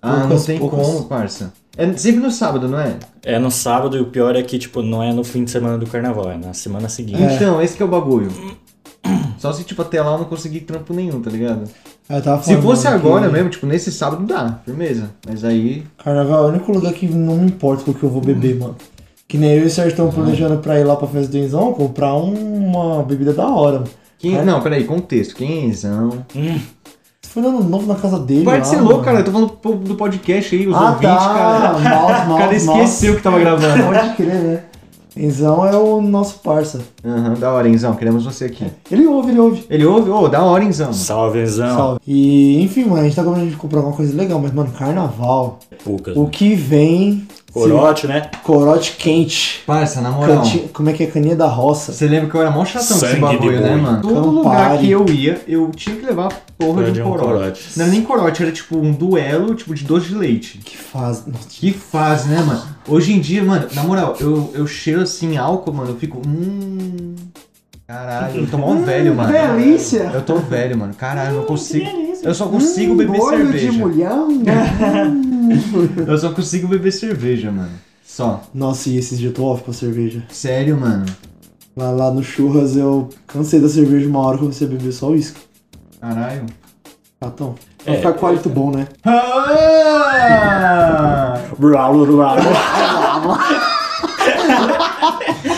[SPEAKER 2] Ah, não
[SPEAKER 3] Poucas,
[SPEAKER 2] tem
[SPEAKER 3] poucas.
[SPEAKER 2] como, parça. É sempre no sábado, não é?
[SPEAKER 1] É no sábado e o pior é que, tipo, não é no fim de semana do carnaval, é na semana seguinte.
[SPEAKER 2] Então, esse que é o bagulho. Só se, tipo, até lá eu não conseguir trampo nenhum, tá ligado?
[SPEAKER 3] Ela tava
[SPEAKER 2] Se
[SPEAKER 3] falando,
[SPEAKER 2] fosse
[SPEAKER 3] mano, que
[SPEAKER 2] agora mesmo, tipo, nesse sábado dá, firmeza. Mas aí.
[SPEAKER 3] Carnaval é o único lugar que não me importa com o que eu vou beber,
[SPEAKER 2] Hum.
[SPEAKER 3] mano. Que nem eu e o Sérgio estão planejando pra ir lá pra festa do Enzão comprar um- uma bebida da hora, mano.
[SPEAKER 2] Quem... Não, peraí, contexto. Quinzão.
[SPEAKER 3] Você foi dando novo na casa dele,
[SPEAKER 2] Para de
[SPEAKER 3] lá,
[SPEAKER 2] ser louco,
[SPEAKER 3] mano.
[SPEAKER 2] cara. Eu tô falando pro- do podcast aí, os
[SPEAKER 3] ah,
[SPEAKER 2] ouvintes,
[SPEAKER 3] tá.
[SPEAKER 2] cara.
[SPEAKER 3] Mouse,
[SPEAKER 2] O
[SPEAKER 3] mouse,
[SPEAKER 2] cara esqueceu que tava gravando.
[SPEAKER 3] mouse. Pode crer, né? Enzão é o nosso parça.
[SPEAKER 2] Aham, da hora, Enzão. Queremos você aqui.
[SPEAKER 3] Ele ouve, ele ouve.
[SPEAKER 2] Ele ouve? Ô, da hora, Enzão.
[SPEAKER 1] Salve, Zão.
[SPEAKER 3] Salve. E, enfim, mano, a gente tá combinando de comprar alguma coisa legal, mas, mano, carnaval.
[SPEAKER 1] Pucas.
[SPEAKER 2] é.
[SPEAKER 3] O que vem...
[SPEAKER 1] Corote, né?
[SPEAKER 3] se- Corote quente.
[SPEAKER 2] Parça, na moral.
[SPEAKER 3] Canti- Como é que é? Caninha da roça.
[SPEAKER 2] Você lembra que eu era mó chatão
[SPEAKER 1] Sangue
[SPEAKER 2] desse
[SPEAKER 1] de
[SPEAKER 2] bagulho, né,
[SPEAKER 1] boi.
[SPEAKER 2] mano? Todo
[SPEAKER 3] Campari.
[SPEAKER 2] lugar que eu ia, eu tinha que levar a porra
[SPEAKER 1] Era
[SPEAKER 2] de um corote. Não era nem corote, era tipo um duelo, tipo, de doce de leite.
[SPEAKER 3] Que faz... Nossa,
[SPEAKER 2] Que faz, né, mano? Hoje em dia, mano, na moral, eu, eu cheiro assim álcool, mano, eu fico. Hum. Caralho, eu tô mó velho, mano.
[SPEAKER 3] delícia.
[SPEAKER 2] Eu tô velho, mano. Caralho, eu não consigo. Eu só consigo
[SPEAKER 3] Hum,
[SPEAKER 2] beber
[SPEAKER 3] molho de
[SPEAKER 2] cerveja.
[SPEAKER 3] mulher. hum.
[SPEAKER 2] Eu só consigo beber cerveja, mano. Só.
[SPEAKER 3] Nossa, e esses dias eu tô off com a cerveja.
[SPEAKER 2] Sério, mano.
[SPEAKER 3] Lá, lá no churras eu cansei da cerveja uma hora que comecei a beber só uísque.
[SPEAKER 2] Caralho.
[SPEAKER 3] Catão. Pra
[SPEAKER 1] É.
[SPEAKER 3] ficar qualito bom, né?
[SPEAKER 2] Ah!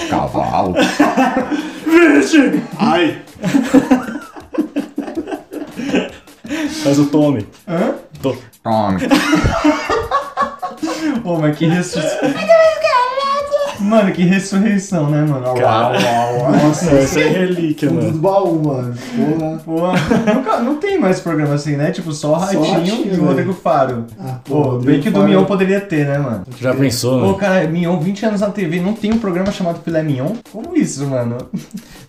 [SPEAKER 4] Cavalo.
[SPEAKER 1] Ai! Faz o Tommy.
[SPEAKER 2] Hã?
[SPEAKER 1] Tô-
[SPEAKER 4] Tome.
[SPEAKER 2] Pô, mas que ressurreição. Mano, que ressurreição, né, mano?
[SPEAKER 1] Cara. Nossa, isso é relíquia,
[SPEAKER 3] Fundo do
[SPEAKER 1] mano.
[SPEAKER 3] baú, mano. Porra.
[SPEAKER 2] Pô, nunca, não tem mais programa assim, né? Tipo, só o Ratinho
[SPEAKER 3] Ratinho,
[SPEAKER 2] e o
[SPEAKER 3] velho.
[SPEAKER 2] Rodrigo Faro.
[SPEAKER 3] Ah,
[SPEAKER 2] Pô,
[SPEAKER 3] Rodrigo
[SPEAKER 2] bem que o do
[SPEAKER 3] Faro-
[SPEAKER 2] Mion poderia ter, né, mano?
[SPEAKER 1] Já pensou,
[SPEAKER 2] Pô,
[SPEAKER 1] mano?
[SPEAKER 2] cara, Mion, 20 anos na TV, não tem um programa chamado Filé Mignon? Como isso, mano?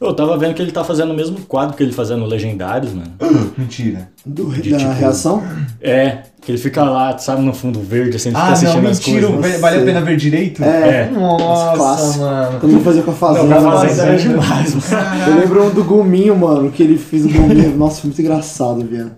[SPEAKER 1] Eu tava vendo que ele tá fazendo o mesmo quadro que ele fazia no Legendários, mano.
[SPEAKER 2] Mentira.
[SPEAKER 3] Do,
[SPEAKER 1] de
[SPEAKER 3] da
[SPEAKER 1] tipo-
[SPEAKER 3] reação?
[SPEAKER 1] É, que ele fica lá, sabe, no fundo verde, assim, ele fica
[SPEAKER 2] Ah, não,
[SPEAKER 1] assistindo as
[SPEAKER 2] mentira.
[SPEAKER 1] coisas.
[SPEAKER 2] Vale vale a pena ver direito?
[SPEAKER 3] É.
[SPEAKER 2] Nossa,
[SPEAKER 3] Clássico.
[SPEAKER 2] mano.
[SPEAKER 3] Quando ele fazia com a fazenda.
[SPEAKER 1] Pra
[SPEAKER 2] Não,
[SPEAKER 3] mano.
[SPEAKER 1] fazer
[SPEAKER 2] Fazenda.
[SPEAKER 1] é demais, mano.
[SPEAKER 3] Eu lembro um do Gominho, mano, que ele fez o Gominho. Nossa, foi muito engraçado, viado.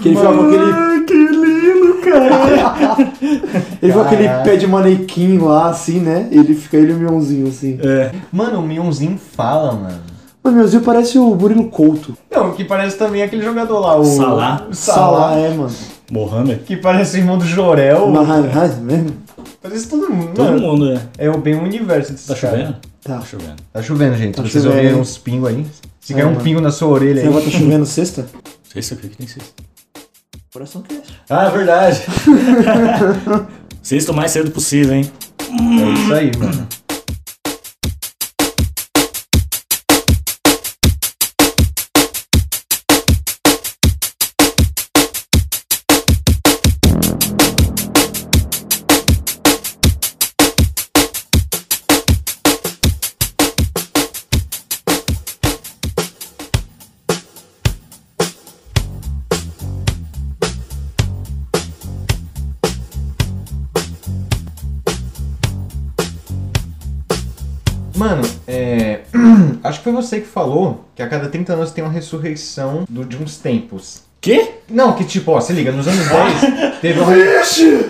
[SPEAKER 3] Que ele ficava com aquele,
[SPEAKER 1] Ai, que lindo, cara!
[SPEAKER 3] ele ficava com aquele
[SPEAKER 2] Caraca.
[SPEAKER 3] pé de manequim lá, assim, né? Ele fica ele e o Mionzinho, assim.
[SPEAKER 1] É,
[SPEAKER 2] Mano, o Mionzinho fala, mano.
[SPEAKER 3] O Mionzinho parece o Burilo Couto.
[SPEAKER 2] Não, o que parece também é aquele jogador lá, o.
[SPEAKER 1] Salah.
[SPEAKER 2] o Salah.
[SPEAKER 3] Salá, é, mano.
[SPEAKER 1] Mohamed,
[SPEAKER 2] Que parece o irmão do Jorel.
[SPEAKER 3] Mas mesmo?
[SPEAKER 2] Parece todo mundo.
[SPEAKER 1] todo
[SPEAKER 2] mano.
[SPEAKER 1] mundo é.
[SPEAKER 2] É o bem o universo desse
[SPEAKER 1] Tá
[SPEAKER 2] cara.
[SPEAKER 1] chovendo?
[SPEAKER 3] Tá.
[SPEAKER 1] Tá chovendo.
[SPEAKER 2] Tá chovendo, gente.
[SPEAKER 3] Tá
[SPEAKER 2] Vocês
[SPEAKER 3] chovendo. É,
[SPEAKER 2] ouviram uns pingos aí? Se cair um
[SPEAKER 3] mano.
[SPEAKER 2] pingo na sua orelha
[SPEAKER 3] Você
[SPEAKER 2] aí.
[SPEAKER 3] vai tá chovendo sexta?
[SPEAKER 1] Sexta, o que que tem sexta?
[SPEAKER 3] Coração queixo.
[SPEAKER 1] Ah, é verdade. Sexta o mais cedo possível, hein?
[SPEAKER 2] É isso aí, mano. Mano, é... acho que foi você que falou que a cada 30 anos tem uma ressurreição do- de uns tempos.
[SPEAKER 1] Quê?
[SPEAKER 2] Não, que tipo, ó, se liga, nos anos 10 teve uma.
[SPEAKER 3] Ixi!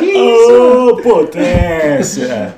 [SPEAKER 2] Que isso?
[SPEAKER 1] Ô, potência!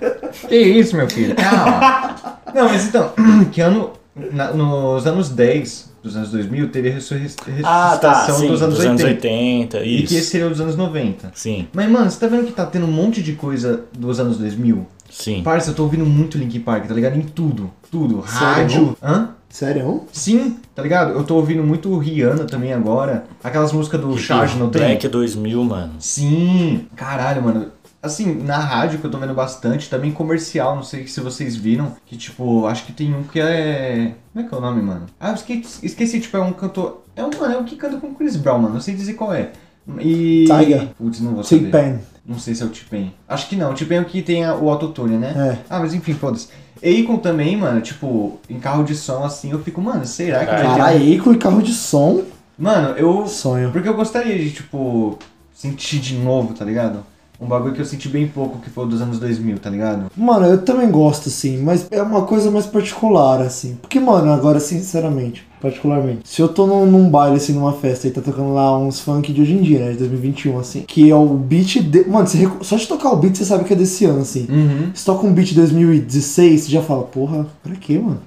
[SPEAKER 2] Que isso, meu filho? Calma. Não, mas então, que ano. na- nos anos 10 dos anos 2000 teve a ressurrei- ressuscitação
[SPEAKER 1] Ah, tá. Sim,
[SPEAKER 2] dos anos 80.
[SPEAKER 1] 80,
[SPEAKER 2] e
[SPEAKER 1] isso.
[SPEAKER 2] que esse seria o dos anos 90.
[SPEAKER 1] Sim,
[SPEAKER 2] Mas, mano, você tá vendo que tá tendo um monte de coisa dos anos 2000?
[SPEAKER 1] sim.
[SPEAKER 2] Parça, eu tô ouvindo muito Link Park, tá ligado? Em tudo. Tudo.
[SPEAKER 3] Sério?
[SPEAKER 2] Rádio. Hã?
[SPEAKER 3] Sério?
[SPEAKER 2] Sim, tá ligado? Eu tô ouvindo muito Rihanna também agora. Aquelas músicas do Charge,
[SPEAKER 1] é?
[SPEAKER 2] não tem?
[SPEAKER 1] Black 2000, mano.
[SPEAKER 2] Sim, caralho, mano. Assim, na rádio que eu tô vendo bastante, também comercial, não sei se vocês viram, que tipo, acho que tem um que é. Como é que é o nome, mano? Ah, eu esqueci, esqueci tipo, é um cantor. É um, mano, é um que canta com o Chris Brown, mano, não sei dizer qual é. E.
[SPEAKER 3] Tiger.
[SPEAKER 2] Putz, não vou saber.
[SPEAKER 3] Sim, pen.
[SPEAKER 2] Não sei se é o Tipen. Acho que não, o Tipen é o que tem a- o autotune, né?
[SPEAKER 3] É.
[SPEAKER 2] Ah, mas enfim, foda-se. Akon também, mano, tipo, em carro de som assim, eu fico, mano, será que vai ter.
[SPEAKER 3] Caralho, Ico e um carro de som.
[SPEAKER 2] Mano, eu.
[SPEAKER 3] Sonho.
[SPEAKER 2] Porque eu gostaria de, tipo, sentir de novo, tá ligado? Um bagulho que eu senti bem pouco, que foi o dos anos 2000, tá ligado?
[SPEAKER 3] Mano, eu também gosto, assim, mas é uma coisa mais particular, assim. Porque, mano, agora, sinceramente, particularmente, se eu tô num, num baile, assim, numa festa e tá tocando lá uns funk de hoje em dia, né, de 2021, assim, que é o beat de... Mano, você reco- só de tocar o beat você sabe que é desse ano, assim.
[SPEAKER 2] Uhum.
[SPEAKER 3] Se toca um beat de 2016, você já fala, porra, pra quê, mano?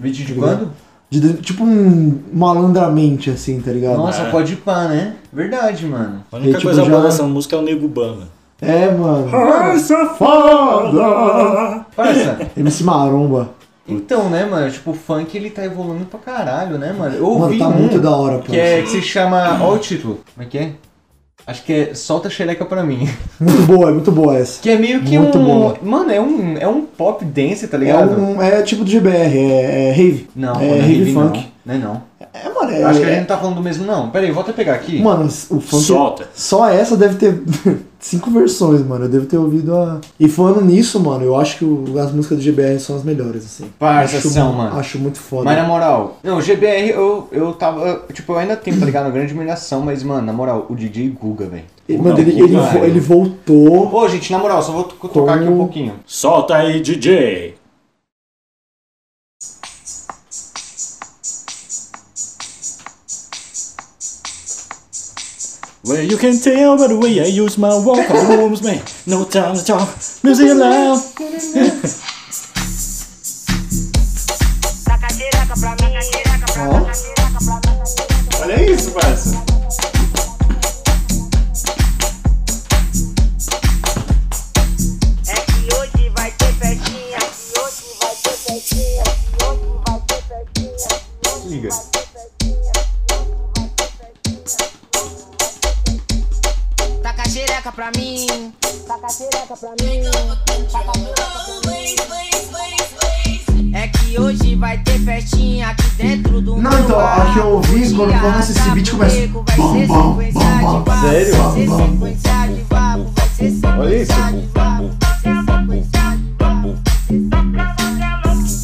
[SPEAKER 2] Vídeo de quando?
[SPEAKER 3] De dois- tipo um malandramente, assim, tá ligado?
[SPEAKER 2] Nossa, pode ir pá, né? Verdade, mano.
[SPEAKER 1] A única
[SPEAKER 3] E, tipo,
[SPEAKER 1] coisa
[SPEAKER 3] já-
[SPEAKER 1] boa dessa música é o Nego Bamba.
[SPEAKER 3] É, mano.
[SPEAKER 2] Parça,
[SPEAKER 3] MC Maromba.
[SPEAKER 2] então, né, mano? Tipo, o funk ele tá evoluindo pra caralho, né, mano? Eu
[SPEAKER 3] Mano,
[SPEAKER 2] ouvi
[SPEAKER 3] tá
[SPEAKER 2] um
[SPEAKER 3] muito da hora, pô.
[SPEAKER 2] que, é, que se chama. Ó, o título. Como é que é? Acho que é Solta a Xereca pra mim.
[SPEAKER 3] Muito boa, é muito boa essa.
[SPEAKER 2] Que é meio que
[SPEAKER 3] Muito
[SPEAKER 2] um.
[SPEAKER 3] boa.
[SPEAKER 2] Mano, é um, é um pop dance, tá
[SPEAKER 3] É,
[SPEAKER 2] ligado?
[SPEAKER 3] um, é tipo do GBR, é, é rave.
[SPEAKER 2] Não,
[SPEAKER 3] é
[SPEAKER 2] mano, não
[SPEAKER 3] rave
[SPEAKER 2] não.
[SPEAKER 3] funk.
[SPEAKER 2] Não é não.
[SPEAKER 3] É, mano, é.
[SPEAKER 2] Eu Acho que a gente
[SPEAKER 3] é-
[SPEAKER 2] não tá falando do mesmo, não. Pera aí, volta a pegar aqui.
[SPEAKER 3] Mano, o funk.
[SPEAKER 1] Solta.
[SPEAKER 3] Só essa deve ter cinco versões, mano. Eu devo ter ouvido a. E falando nisso, mano, eu acho que o- as músicas do GBR são as melhores, assim.
[SPEAKER 2] Parça,
[SPEAKER 3] acho,
[SPEAKER 2] são, mano.
[SPEAKER 3] Acho muito foda.
[SPEAKER 2] Mas na moral, não, o GBR eu, eu tava. Tipo, eu ainda tenho, tá ligado? Uma grande humilhação, mas, mano, na moral, o DJ Guga, velho.
[SPEAKER 3] E, mano, ele,
[SPEAKER 1] Puta,
[SPEAKER 3] ele,
[SPEAKER 1] mano.
[SPEAKER 3] vo- ele voltou.
[SPEAKER 2] Ô, gente, na moral, só vou to- tocar aqui um
[SPEAKER 3] Como?
[SPEAKER 2] pouquinho.
[SPEAKER 1] Solta aí, DJ. Well, you can tell by the way I use my walk I rooms, man. No time to talk. Music loud.
[SPEAKER 4] Saca xereca pra mim, xereca pra mim, xereca pra mim.
[SPEAKER 2] Olha isso, parça.
[SPEAKER 4] É que hoje vai ter festinha, É que hoje vai ter festinha, que hoje vai ter festinha, que hoje
[SPEAKER 2] Liga.
[SPEAKER 4] vai ter festinha, que hoje vai ter festinha, que hoje vai ter festinha. Taca xereca pra mim, taca xereca pra mim, taca xereca pra mim. É que hoje vai ter festinha aqui dentro do
[SPEAKER 3] Não,
[SPEAKER 4] meu
[SPEAKER 3] então,
[SPEAKER 4] bar.
[SPEAKER 3] a que eu ouvi, quando começa esse beat, começa bam, bam, bam, bam.
[SPEAKER 2] Sério?
[SPEAKER 4] Olha
[SPEAKER 2] isso.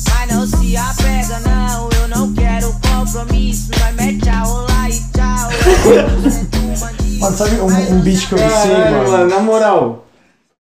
[SPEAKER 4] Mas não se apega, não. Eu não quero compromisso. Mas mete a rola e tchau.
[SPEAKER 3] Mano, sabe um, um beat que eu viciei, mano?
[SPEAKER 2] na moral.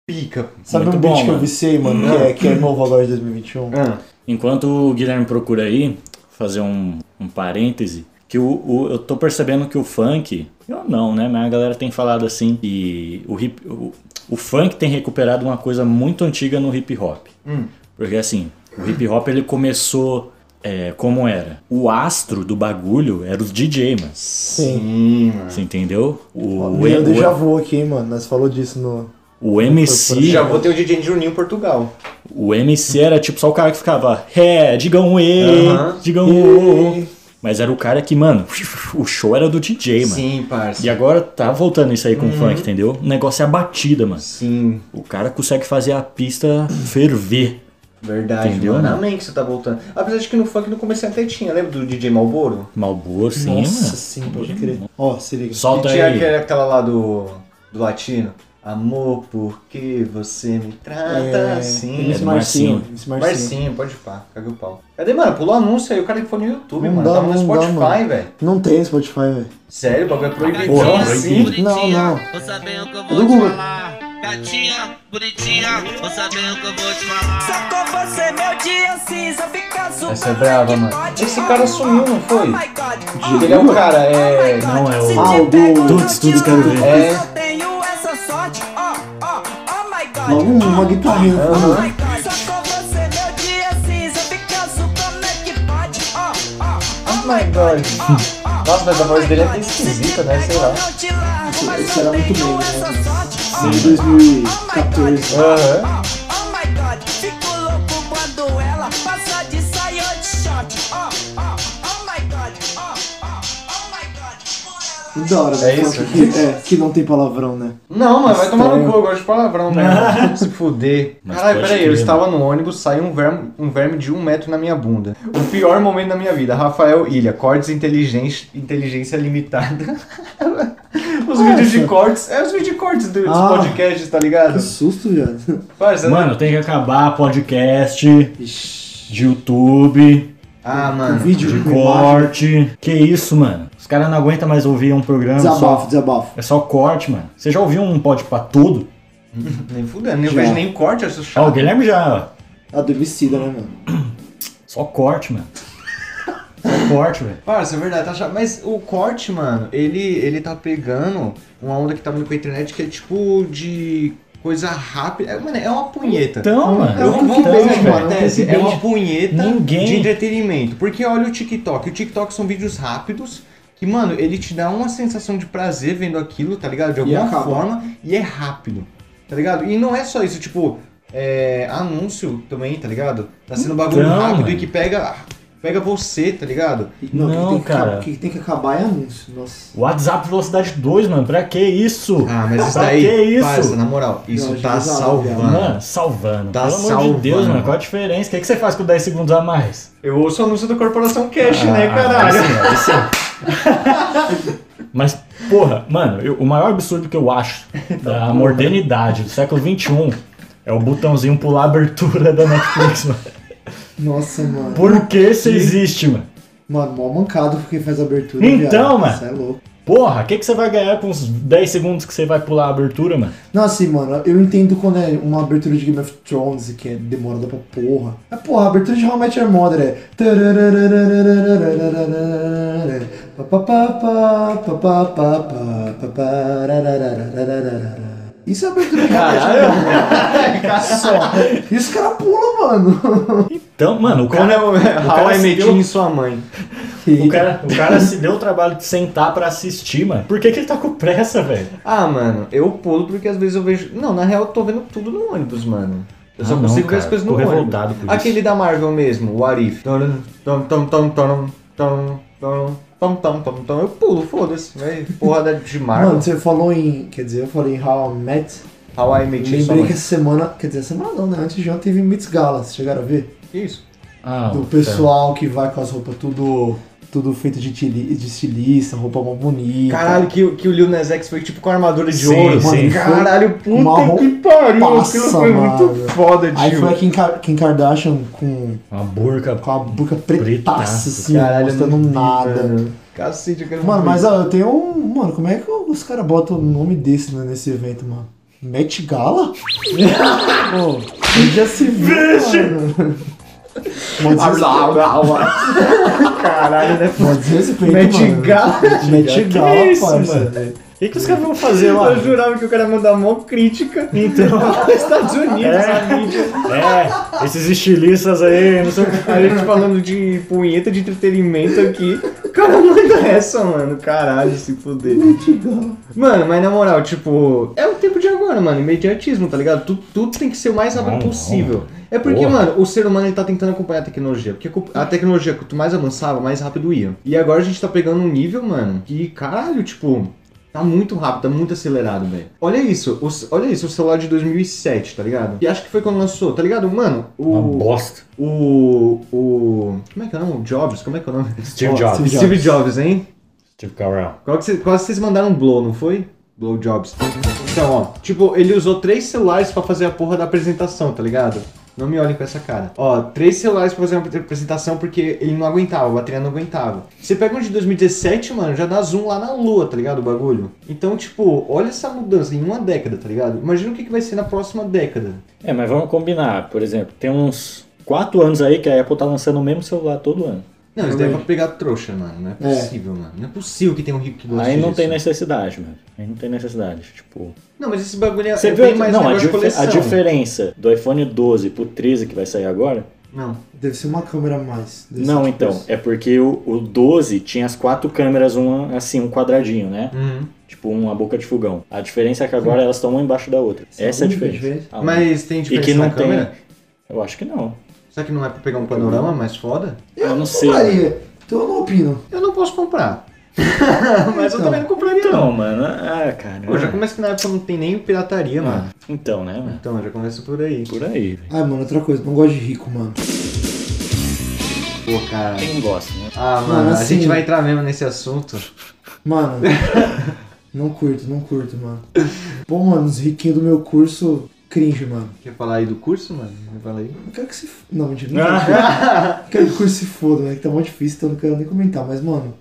[SPEAKER 2] Pica.
[SPEAKER 3] Sabe
[SPEAKER 1] Muito
[SPEAKER 3] um beat
[SPEAKER 1] bom,
[SPEAKER 3] que eu
[SPEAKER 1] mano.
[SPEAKER 3] viciei, mano, que é, que é novo agora de 2021?
[SPEAKER 2] Ah,
[SPEAKER 1] Enquanto o Guilherme procura aí, fazer um, um parêntese, que o, o- eu tô percebendo que o funk, eu não, né? Mas a galera tem falado assim que o, hip, o, o funk tem recuperado uma coisa muito antiga no hip hop.
[SPEAKER 3] Hum.
[SPEAKER 1] Porque assim, o hip hop ele começou é, como era. O astro do bagulho era os DJ, mano.
[SPEAKER 3] Sim.
[SPEAKER 2] Sim, mano.
[SPEAKER 1] Você entendeu? O,
[SPEAKER 3] Meu, eu já
[SPEAKER 1] o,
[SPEAKER 3] vou aqui, hein, mano. Nós falou disso no.
[SPEAKER 1] o MC.
[SPEAKER 2] Já vou ter o DJ Juninho em Portugal.
[SPEAKER 1] O MC era tipo só o cara que ficava, é, digam um e,
[SPEAKER 2] Aham.
[SPEAKER 1] digam um o. Mas era o cara que, mano, o show era do DJ, mano.
[SPEAKER 2] Sim, Uhum.
[SPEAKER 1] E
[SPEAKER 2] parça.
[SPEAKER 1] agora tá voltando isso aí com o funk, entendeu? O negócio é a batida, mano.
[SPEAKER 2] Sim,
[SPEAKER 1] O cara consegue fazer a pista ferver.
[SPEAKER 2] verdade,
[SPEAKER 1] Entendeu,
[SPEAKER 2] mano.
[SPEAKER 1] né?
[SPEAKER 2] Amém que você tá voltando. Apesar de que no funk no começo até tinha, lembra do DJ Malboro?
[SPEAKER 1] Malboro, sim,
[SPEAKER 3] Nossa,
[SPEAKER 1] mano.
[SPEAKER 3] sim, pode crer. Ó, se liga.
[SPEAKER 1] Solta
[SPEAKER 2] e tinha
[SPEAKER 1] aí.
[SPEAKER 2] aquele- aquela lá do, do latino. Amor, por que você me trata assim?
[SPEAKER 1] é
[SPEAKER 3] Esse Marcinho.
[SPEAKER 1] Marcinho.
[SPEAKER 3] Esse Marcinho.
[SPEAKER 2] Marcinho, pode pá, caga o pau. Cadê, mano? Pulou anúncio aí, o cara que foi no YouTube,
[SPEAKER 3] Não
[SPEAKER 2] mano.
[SPEAKER 3] dá,
[SPEAKER 2] Tava no
[SPEAKER 3] não dá,
[SPEAKER 2] Spotify,
[SPEAKER 3] mano.
[SPEAKER 2] velho.
[SPEAKER 3] Não tem Spotify, velho.
[SPEAKER 2] Sério, o bagulho é
[SPEAKER 1] Porra,
[SPEAKER 2] proibidão assim.
[SPEAKER 1] proibido.
[SPEAKER 3] Não, não.
[SPEAKER 5] Ouça bem o que eu
[SPEAKER 3] do
[SPEAKER 5] vou te
[SPEAKER 3] Google.
[SPEAKER 5] falar. Gatinha, bonitinha, ouça bem o que eu vou te falar.
[SPEAKER 6] Sacou você, meu dia cinza, fica super
[SPEAKER 2] Essa é brava, mano.
[SPEAKER 6] pode.
[SPEAKER 2] Esse cara sumiu, não foi?
[SPEAKER 6] Oh my God, oh
[SPEAKER 2] Ele é o cara, é.
[SPEAKER 1] Não, é o.
[SPEAKER 3] Ah, o do.
[SPEAKER 1] Tudo, tudo, quero ver.
[SPEAKER 2] É.
[SPEAKER 6] eu tenho essa sorte, ó, ó, oh my God.
[SPEAKER 3] Logo uma guitarrinha. no
[SPEAKER 6] Oh
[SPEAKER 3] fundo.
[SPEAKER 6] my God, sacou você, meu dia cinza, fica super como é que pode, ó, ó,
[SPEAKER 2] Oh my god.
[SPEAKER 6] oh
[SPEAKER 2] Nossa, mas a voz dele é até esquisita, né? Sei lá.
[SPEAKER 6] lá.
[SPEAKER 3] Isso era muito bem, né? Sim, 2014.
[SPEAKER 2] Aham.
[SPEAKER 6] Oh my god, fico louco quando ela passa de saia de short. Oh, oh, oh my god, oh, oh, oh my god, por ela.
[SPEAKER 3] Muito Da hora,
[SPEAKER 2] É
[SPEAKER 3] né?
[SPEAKER 2] isso?
[SPEAKER 3] Que, é, que não tem palavrão, né?
[SPEAKER 2] Não, mano, vai tomar no
[SPEAKER 3] Estranho.
[SPEAKER 2] cu, eu gosto de palavrão, né? Se fuder.
[SPEAKER 1] Mas
[SPEAKER 2] Caralho,
[SPEAKER 1] pode
[SPEAKER 2] peraí,
[SPEAKER 1] crer,
[SPEAKER 2] eu estava no ônibus, saiu um verme, um verme de um metro na minha bunda. O pior momento da minha vida. Rafael Ilha, cortes inteligência, inteligência limitada. os vídeos de
[SPEAKER 3] Nossa.
[SPEAKER 2] cortes. É os vídeos de cortes do- dos
[SPEAKER 3] Ah.
[SPEAKER 2] podcasts, tá ligado?
[SPEAKER 3] Que susto, viado.
[SPEAKER 2] Parça, né?
[SPEAKER 1] Mano, tem que acabar podcast de YouTube,
[SPEAKER 2] Ah,
[SPEAKER 3] Um
[SPEAKER 2] mano.
[SPEAKER 3] vídeo
[SPEAKER 1] de
[SPEAKER 3] com imagem.
[SPEAKER 1] corte. Que isso, mano? Os caras não aguentam mais ouvir um programa
[SPEAKER 3] Desabafo,
[SPEAKER 1] só.
[SPEAKER 3] desabafo.
[SPEAKER 1] É só corte, mano. Você já ouviu um pod pra tudo?
[SPEAKER 2] Nem fudendo, nem
[SPEAKER 3] Já.
[SPEAKER 2] vejo nem corte, eu sou
[SPEAKER 1] Ó, o
[SPEAKER 2] chato.
[SPEAKER 1] Guilherme já, ó.
[SPEAKER 3] A do Emicida, né, mano?
[SPEAKER 1] Só corte, mano. Só corte, velho.
[SPEAKER 2] Parça, é verdade, tá chato. Mas o corte, mano, ele, ele tá pegando uma onda que tá vindo com a internet que é tipo de coisa rápida. É, mano, é uma punheta.
[SPEAKER 1] Então, mano.
[SPEAKER 2] É uma-
[SPEAKER 3] Então,
[SPEAKER 2] vamos ver se
[SPEAKER 3] mano,
[SPEAKER 2] acontece.
[SPEAKER 1] não tem
[SPEAKER 2] É uma
[SPEAKER 1] gente-
[SPEAKER 2] punheta
[SPEAKER 1] ninguém.
[SPEAKER 2] de entretenimento. Porque olha o TikTok. O TikTok são vídeos rápidos que, mano, ele te dá uma sensação de prazer vendo aquilo, tá ligado? De
[SPEAKER 3] E
[SPEAKER 2] alguma
[SPEAKER 3] acaba.
[SPEAKER 2] forma. E é rápido, tá ligado? E não é só isso, tipo, é, anúncio também, tá ligado? Tá sendo um bagulho
[SPEAKER 1] Então,
[SPEAKER 2] rápido e
[SPEAKER 1] mano.
[SPEAKER 2] que pega, pega você, tá ligado?
[SPEAKER 3] Não,
[SPEAKER 1] Não,
[SPEAKER 3] o que tem que
[SPEAKER 1] cara.
[SPEAKER 3] acabar- O que tem que acabar é anúncio. Nossa.
[SPEAKER 1] WhatsApp velocidade 2, mano. Pra que isso?
[SPEAKER 2] Ah, mas isso
[SPEAKER 1] pra
[SPEAKER 2] daí,
[SPEAKER 1] que isso?
[SPEAKER 2] parça, na moral, isso
[SPEAKER 3] Não,
[SPEAKER 2] tá
[SPEAKER 3] Jesus,
[SPEAKER 2] salvando.
[SPEAKER 1] Mano, salvando.
[SPEAKER 2] Tá
[SPEAKER 1] Pelo amor
[SPEAKER 2] salvando.
[SPEAKER 1] de Deus, mano. Qual a diferença? O que, que você faz com 10 segundos a mais?
[SPEAKER 2] Eu ouço o anúncio da Corporação Cash, né,
[SPEAKER 1] Ah,
[SPEAKER 2] caralho?
[SPEAKER 1] aí sim, aí
[SPEAKER 2] é.
[SPEAKER 1] sim. Mas, porra, mano, eu- o maior absurdo que eu acho
[SPEAKER 2] Tá
[SPEAKER 1] da
[SPEAKER 2] né?
[SPEAKER 1] modernidade do século XXI é o botãozinho pular a abertura da Netflix, mano.
[SPEAKER 3] Nossa, mano.
[SPEAKER 1] Por que isso existe, mano?
[SPEAKER 3] Mano, mó mancado porque faz abertura.
[SPEAKER 1] Então,
[SPEAKER 3] viado.
[SPEAKER 1] mano.
[SPEAKER 3] Isso é louco.
[SPEAKER 1] Porra, o que, que você vai ganhar com os 10 segundos que você vai pular a abertura, mano?
[SPEAKER 3] Não, assim, mano, eu entendo quando é uma abertura de Game of Thrones que é demorada pra porra. Mas, porra, a abertura de How I Met Your Mother é. Isso é a abertura de How I Met Your Mother. Só. E os caras pulam, mano.
[SPEAKER 1] Então, mano, o
[SPEAKER 2] Quando
[SPEAKER 1] cara,
[SPEAKER 2] eu,
[SPEAKER 1] o
[SPEAKER 2] How
[SPEAKER 1] cara
[SPEAKER 2] I
[SPEAKER 1] se
[SPEAKER 2] Met
[SPEAKER 1] deu-
[SPEAKER 2] é em sua mãe.
[SPEAKER 1] O cara, o cara se deu o trabalho de sentar pra assistir, mano. Por que, que ele tá com pressa, velho?
[SPEAKER 2] Ah, mano, eu pulo porque às vezes eu vejo. Não, na real eu tô vendo tudo no ônibus, mano. Eu só
[SPEAKER 1] Ah, não,
[SPEAKER 2] consigo ver
[SPEAKER 1] cara,
[SPEAKER 2] as coisas no
[SPEAKER 1] tô
[SPEAKER 2] ônibus.
[SPEAKER 1] revoltado por isso.
[SPEAKER 2] Aquele da Marvel mesmo, o Arif. Tom, tom, tom, tom, tom, tom, tom, tom, tom, tom, tom. Eu pulo, foda-se. vai, Porrada de Marvel.
[SPEAKER 3] Mano, você falou em. Quer dizer, eu falei em How I Met.
[SPEAKER 2] How I Met Your
[SPEAKER 3] Lembrei que
[SPEAKER 2] Mother.
[SPEAKER 3] essa semana. Quer dizer, semana não, né? Antes de ontem teve Meets Gala. Vocês chegaram a ver?
[SPEAKER 2] Que isso?
[SPEAKER 1] Ah,
[SPEAKER 3] Do pessoal que vai com as roupas tudo, tudo feito de, tili- de estilista, roupa mó bonita.
[SPEAKER 2] Caralho, que, que o Lil Nas X foi tipo com armadura de
[SPEAKER 1] Sim,
[SPEAKER 2] ouro.
[SPEAKER 1] sim.
[SPEAKER 2] Mano, caralho, puta
[SPEAKER 3] Uma roupa-
[SPEAKER 2] que pariu. aquilo
[SPEAKER 3] Nossa,
[SPEAKER 2] foi
[SPEAKER 3] mano.
[SPEAKER 2] muito foda,
[SPEAKER 3] Aí
[SPEAKER 2] tio.
[SPEAKER 3] foi a Kim, Kar- Kim Kardashian com,
[SPEAKER 1] Uma burca.
[SPEAKER 3] com a boca pretaça,
[SPEAKER 1] Pretaça,
[SPEAKER 3] assim,
[SPEAKER 2] Caralho, eu
[SPEAKER 3] mostrando
[SPEAKER 2] não vi,
[SPEAKER 3] nada.
[SPEAKER 2] mano. Cacete, eu quero
[SPEAKER 3] Mano,
[SPEAKER 2] ver.
[SPEAKER 3] mas ó, eu tenho um. Mano, como é que os caras botam o nome desse né, nesse evento, mano? Met Gala? Pô, ele já se viu, mano. Mó desrespeito,
[SPEAKER 2] Caralho, né?
[SPEAKER 3] mó desrespeito,
[SPEAKER 2] Met
[SPEAKER 3] mano.
[SPEAKER 2] Gala.
[SPEAKER 3] Met
[SPEAKER 1] Que
[SPEAKER 3] Gala,
[SPEAKER 1] isso,
[SPEAKER 3] parça.
[SPEAKER 1] mano? O que, que os caras vão fazer lá?
[SPEAKER 3] assim,
[SPEAKER 2] Eu jurava que o cara ia mandar mó crítica
[SPEAKER 1] Então.
[SPEAKER 2] aos Estados Unidos
[SPEAKER 3] É.
[SPEAKER 2] né? na mídia.
[SPEAKER 1] É, esses estilistas aí, não sei o que.
[SPEAKER 2] A gente falando de punheta de entretenimento aqui. O cara manda essa, mano. Caralho, se fuder.
[SPEAKER 3] Met Gala.
[SPEAKER 2] Mano, mas na moral, tipo, é o tempo de agora. agora, mano, imediatismo, tá ligado? Tudo, tudo tem que ser o mais rápido
[SPEAKER 1] Não, não.
[SPEAKER 2] possível. É porque,
[SPEAKER 1] Porra.
[SPEAKER 2] mano, o ser humano ele tá tentando acompanhar a tecnologia. Porque a tecnologia, quanto mais avançava, mais rápido ia. E agora a gente tá pegando um nível, mano, que caralho, tipo. Tá muito rápido, tá muito acelerado, velho. Olha isso, o, c- olha isso, o celular de 2007, tá ligado? E acho que foi quando lançou, tá ligado? Mano,
[SPEAKER 1] Uma
[SPEAKER 2] o.
[SPEAKER 1] bosta.
[SPEAKER 2] O. O. Como é que é o nome? Jobs? Como é que é o nome?
[SPEAKER 1] Steve
[SPEAKER 2] Ó,
[SPEAKER 1] Jobs.
[SPEAKER 2] Steve Jobs, hein?
[SPEAKER 1] Steve Carell.
[SPEAKER 2] Qual que cê- quase vocês mandaram um blow, não foi? Blow Jobs. Então, ó, tipo, ele usou três celulares pra fazer a porra da apresentação, tá ligado? Não me olhem com essa cara. Ó, três celulares pra fazer uma apresentação porque ele não aguentava, a bateria não aguentava. Você pega um de 2017, mano, já dá zoom lá na lua, tá ligado? O bagulho. Então, tipo, olha essa mudança em uma década, tá ligado? Imagina o que, que vai ser na próxima década.
[SPEAKER 1] É, mas vamos combinar. Por exemplo, tem uns 4 anos aí que a Apple tá lançando o mesmo celular todo ano.
[SPEAKER 2] Não, isso daí é pra pegar trouxa, mano. Não é
[SPEAKER 3] É.
[SPEAKER 2] possível, mano. Não é possível que tenha um rico que goste
[SPEAKER 1] Aí não tem né?
[SPEAKER 2] disso.
[SPEAKER 1] necessidade, mano. Aí não tem necessidade. Tipo,
[SPEAKER 2] Não, mas esse bagulho é,
[SPEAKER 1] Você
[SPEAKER 2] é
[SPEAKER 1] viu
[SPEAKER 2] bem
[SPEAKER 1] a-
[SPEAKER 2] mais
[SPEAKER 1] não, a,
[SPEAKER 2] negócio de
[SPEAKER 1] dif- a
[SPEAKER 2] coleção.
[SPEAKER 1] diferença do iPhone 12 pro 13 que vai sair agora?
[SPEAKER 2] Não.
[SPEAKER 3] Deve ser uma câmera a mais. Deve
[SPEAKER 1] não,
[SPEAKER 3] ser tipo
[SPEAKER 1] então.
[SPEAKER 3] isso.
[SPEAKER 1] É porque o, o 12 tinha as quatro câmeras, uma assim, um quadradinho, né?
[SPEAKER 2] Uhum.
[SPEAKER 1] Tipo uma boca de fogão. A diferença é que agora elas estão uma embaixo da outra.
[SPEAKER 3] São
[SPEAKER 1] Essa é a
[SPEAKER 3] únicas
[SPEAKER 1] diferença.
[SPEAKER 3] vezes.
[SPEAKER 1] Ah,
[SPEAKER 2] Mas tem
[SPEAKER 1] e
[SPEAKER 2] diferença
[SPEAKER 1] que não
[SPEAKER 2] na câmera?
[SPEAKER 1] tem. Eu acho que não.
[SPEAKER 2] Será que não é pra pegar um panorama mais foda?
[SPEAKER 1] Eu, não sei. mano.
[SPEAKER 3] Compraria. Então eu não opino.
[SPEAKER 2] Eu não posso comprar. Mas eu
[SPEAKER 3] Então.
[SPEAKER 2] também não compraria,
[SPEAKER 1] Então,
[SPEAKER 2] não.
[SPEAKER 1] mano. Ah, cara.
[SPEAKER 2] Pô, já começa que na época não tem nem pirataria, mano.
[SPEAKER 1] Então, né, mano?
[SPEAKER 2] Então, já começa por aí.
[SPEAKER 1] Por aí, velho.
[SPEAKER 3] Ah, mano, outra coisa, não gosto de rico, mano.
[SPEAKER 2] Pô, cara.
[SPEAKER 1] Quem gosta, né?
[SPEAKER 2] Ah, mano,
[SPEAKER 3] Mano,
[SPEAKER 2] a
[SPEAKER 3] assim-
[SPEAKER 2] gente vai entrar mesmo nesse assunto.
[SPEAKER 3] Mano, não curto, não curto, mano. Pô, mano, os riquinhos do meu curso, cringe, mano.
[SPEAKER 2] Quer falar aí do curso, mano? Vai falar aí.
[SPEAKER 3] Não quero que se. f- Não, mentira, não quero, que- não quero que o curso se foda, né? Que tá mó difícil, então eu não quero nem comentar. Mas, mano,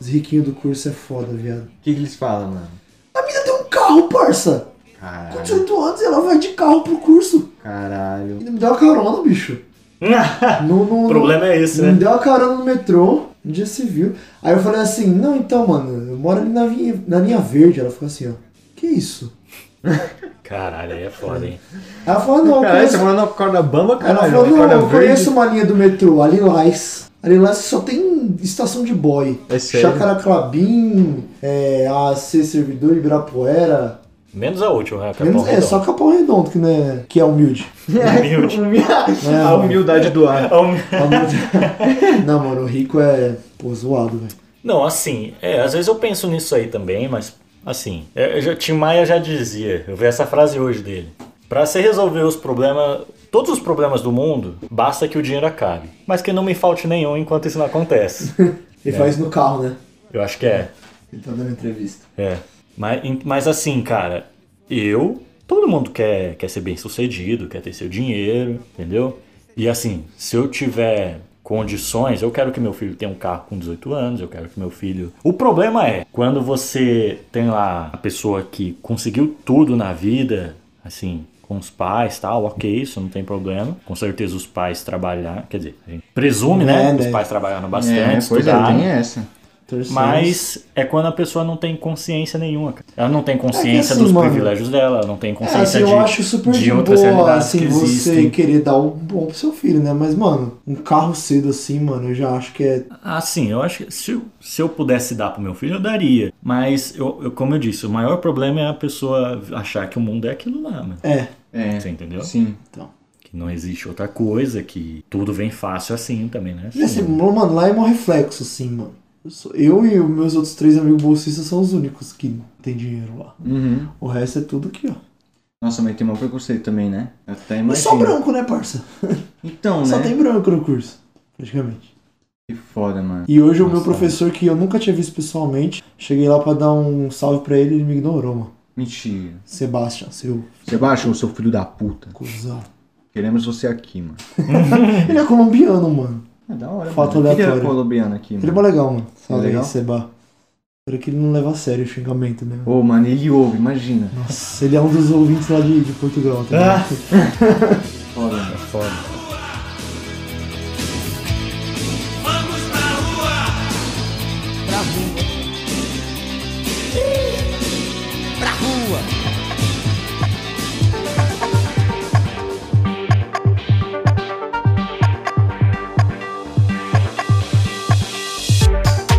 [SPEAKER 3] os riquinhos do curso é foda, viado.
[SPEAKER 2] O que, que eles falam, mano?
[SPEAKER 3] A mina tem um carro, parça! Com
[SPEAKER 2] Caralho.
[SPEAKER 3] 18 anos e ela vai de carro pro curso.
[SPEAKER 2] Caralho.
[SPEAKER 3] E não me dá uma carona, bicho. Não, não,
[SPEAKER 1] O problema é esse,
[SPEAKER 3] Não Me
[SPEAKER 1] né?
[SPEAKER 3] deu uma carona no metrô, um dia se viu. Aí eu falei assim, não, então, mano, eu moro ali na, vinha, na linha verde. Ela ficou assim, ó, que isso?
[SPEAKER 1] Caralho, aí é foda, hein?
[SPEAKER 3] Ela falou, não, eu
[SPEAKER 2] Caralho, você
[SPEAKER 3] conheço...
[SPEAKER 2] mora na corda bamba, é
[SPEAKER 3] Ela
[SPEAKER 2] caralho. né?
[SPEAKER 3] falou,
[SPEAKER 2] na
[SPEAKER 3] não,
[SPEAKER 2] corda
[SPEAKER 3] eu conheço uma linha do metrô, a Lilás. A Lilás só tem estação de boy.
[SPEAKER 2] É sério?
[SPEAKER 3] Chácara Clabim, é, AC Servidor, Ibirapuera.
[SPEAKER 1] Menos a última, né?
[SPEAKER 3] Menos, é, só Capão Redondo que, não é- que é humilde.
[SPEAKER 1] humilde.
[SPEAKER 3] É,
[SPEAKER 2] A humildade do ar.
[SPEAKER 3] a humilde. não, mano, o rico é, pô, zoado, velho.
[SPEAKER 1] Não, assim, é, às vezes eu penso nisso aí também, mas assim, é, eu já, Tim Maia já dizia, eu vi essa frase hoje dele. Pra você resolver os problemas, todos os problemas do mundo, basta que o dinheiro acabe. Mas que não me falte nenhum enquanto isso não acontece.
[SPEAKER 3] Ele faz no carro, né?
[SPEAKER 1] eu acho que é.
[SPEAKER 3] Ele tá dando entrevista.
[SPEAKER 1] É. Mas, em- mas assim, cara, eu. Todo mundo quer, quer ser bem sucedido, quer ter seu dinheiro, entendeu? E assim, se eu tiver condições, eu quero que meu filho tenha um carro com 18 anos, eu quero que meu filho. O problema é, quando você tem lá a pessoa que conseguiu tudo na vida, assim, com os pais tal, ok, isso não tem problema. Com certeza os pais trabalharam, quer dizer, a gente presume, né?
[SPEAKER 3] É,
[SPEAKER 1] que Os
[SPEAKER 3] né?
[SPEAKER 1] pais trabalharam bastante,
[SPEAKER 7] É, pois é,
[SPEAKER 1] estudaram.
[SPEAKER 7] tem essa.
[SPEAKER 1] Mas é quando a pessoa não tem consciência nenhuma. cara. Ela não tem consciência
[SPEAKER 3] É que assim,
[SPEAKER 1] dos
[SPEAKER 3] mano,
[SPEAKER 1] privilégios dela, ela não tem
[SPEAKER 3] É,
[SPEAKER 1] consciência
[SPEAKER 3] assim, eu
[SPEAKER 1] de,
[SPEAKER 3] acho super
[SPEAKER 1] de
[SPEAKER 3] de,
[SPEAKER 1] outras
[SPEAKER 3] boa,
[SPEAKER 1] realidades que
[SPEAKER 3] assim, você
[SPEAKER 1] existem.
[SPEAKER 3] querer dar o bom pro seu filho, né? Mas, mano, um carro cedo assim, mano, eu já acho que é.
[SPEAKER 1] Assim, eu acho que se, eu- se eu pudesse dar pro meu filho, eu daria. Mas, eu, eu- como eu disse, o maior problema é a pessoa achar que o mundo é aquilo lá, mano.
[SPEAKER 3] É,
[SPEAKER 7] É.
[SPEAKER 1] Você entendeu?
[SPEAKER 7] Sim.
[SPEAKER 1] Que não existe outra coisa, que tudo vem fácil assim também, né?
[SPEAKER 3] assim,
[SPEAKER 1] Sim.
[SPEAKER 3] mano, lá é um reflexo, assim, mano. Eu, sou- eu e os meus outros três amigos bolsistas são os únicos que tem dinheiro lá.
[SPEAKER 7] Uhum.
[SPEAKER 3] O resto é tudo aqui, ó.
[SPEAKER 7] Nossa, mas tem um preconceito também, né? Eu até
[SPEAKER 3] Mas só
[SPEAKER 7] imagino.
[SPEAKER 3] branco, né, parça?
[SPEAKER 7] Então,
[SPEAKER 3] Só
[SPEAKER 7] né?
[SPEAKER 3] tem branco no curso, praticamente.
[SPEAKER 7] Que foda, mano.
[SPEAKER 3] E hoje o meu
[SPEAKER 7] Nossa.
[SPEAKER 3] professor, que eu nunca tinha visto pessoalmente, cheguei lá pra dar um salve pra ele ele me ignorou, mano.
[SPEAKER 7] Mentira.
[SPEAKER 3] Sebastian, seu
[SPEAKER 7] Sebastião, seu filho da puta.
[SPEAKER 3] cuzão.
[SPEAKER 7] Queremos você aqui, mano.
[SPEAKER 3] Ele é colombiano, mano.
[SPEAKER 7] É da hora,
[SPEAKER 3] Fato
[SPEAKER 7] mano. Quem que era
[SPEAKER 3] aleatório.
[SPEAKER 7] colombiano aqui,
[SPEAKER 3] Ele é mó
[SPEAKER 7] mano?
[SPEAKER 3] legal, mano. Salve
[SPEAKER 7] legal?
[SPEAKER 3] aí, Seba. Espero que ele não leva a sério o xingamento, né?
[SPEAKER 7] Ô, mano, ele ouve, imagina.
[SPEAKER 3] Nossa, ele é um dos ouvintes lá de, de Portugal, tá ligado? Ah.
[SPEAKER 7] Foda, mano. foda.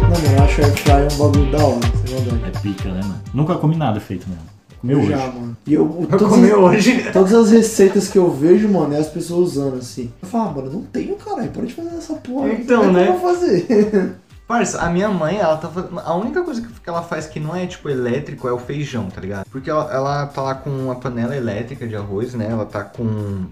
[SPEAKER 3] Mano, eu acho air fryer um bagulho da hora, sem maldade. é um
[SPEAKER 1] É pica, né, mano? Nunca comi nada feito mesmo. Meu
[SPEAKER 3] já,
[SPEAKER 1] hoje.
[SPEAKER 3] mano. E eu,
[SPEAKER 2] Eu
[SPEAKER 3] todas,
[SPEAKER 2] comi
[SPEAKER 3] as-
[SPEAKER 2] hoje.
[SPEAKER 3] todas as receitas que eu vejo, mano, é as pessoas usando assim. Eu falo, ah, mano, não tenho, caralho, para de fazer essa porra.
[SPEAKER 2] Então,
[SPEAKER 3] Como é que
[SPEAKER 2] né?
[SPEAKER 3] Eu vou fazer.
[SPEAKER 2] Parça, a minha mãe, ela tá fazendo. A única coisa que- que ela faz que não é, tipo, elétrico é o feijão, tá ligado? Porque ela, ela tá lá com uma panela elétrica de arroz, né? Ela tá com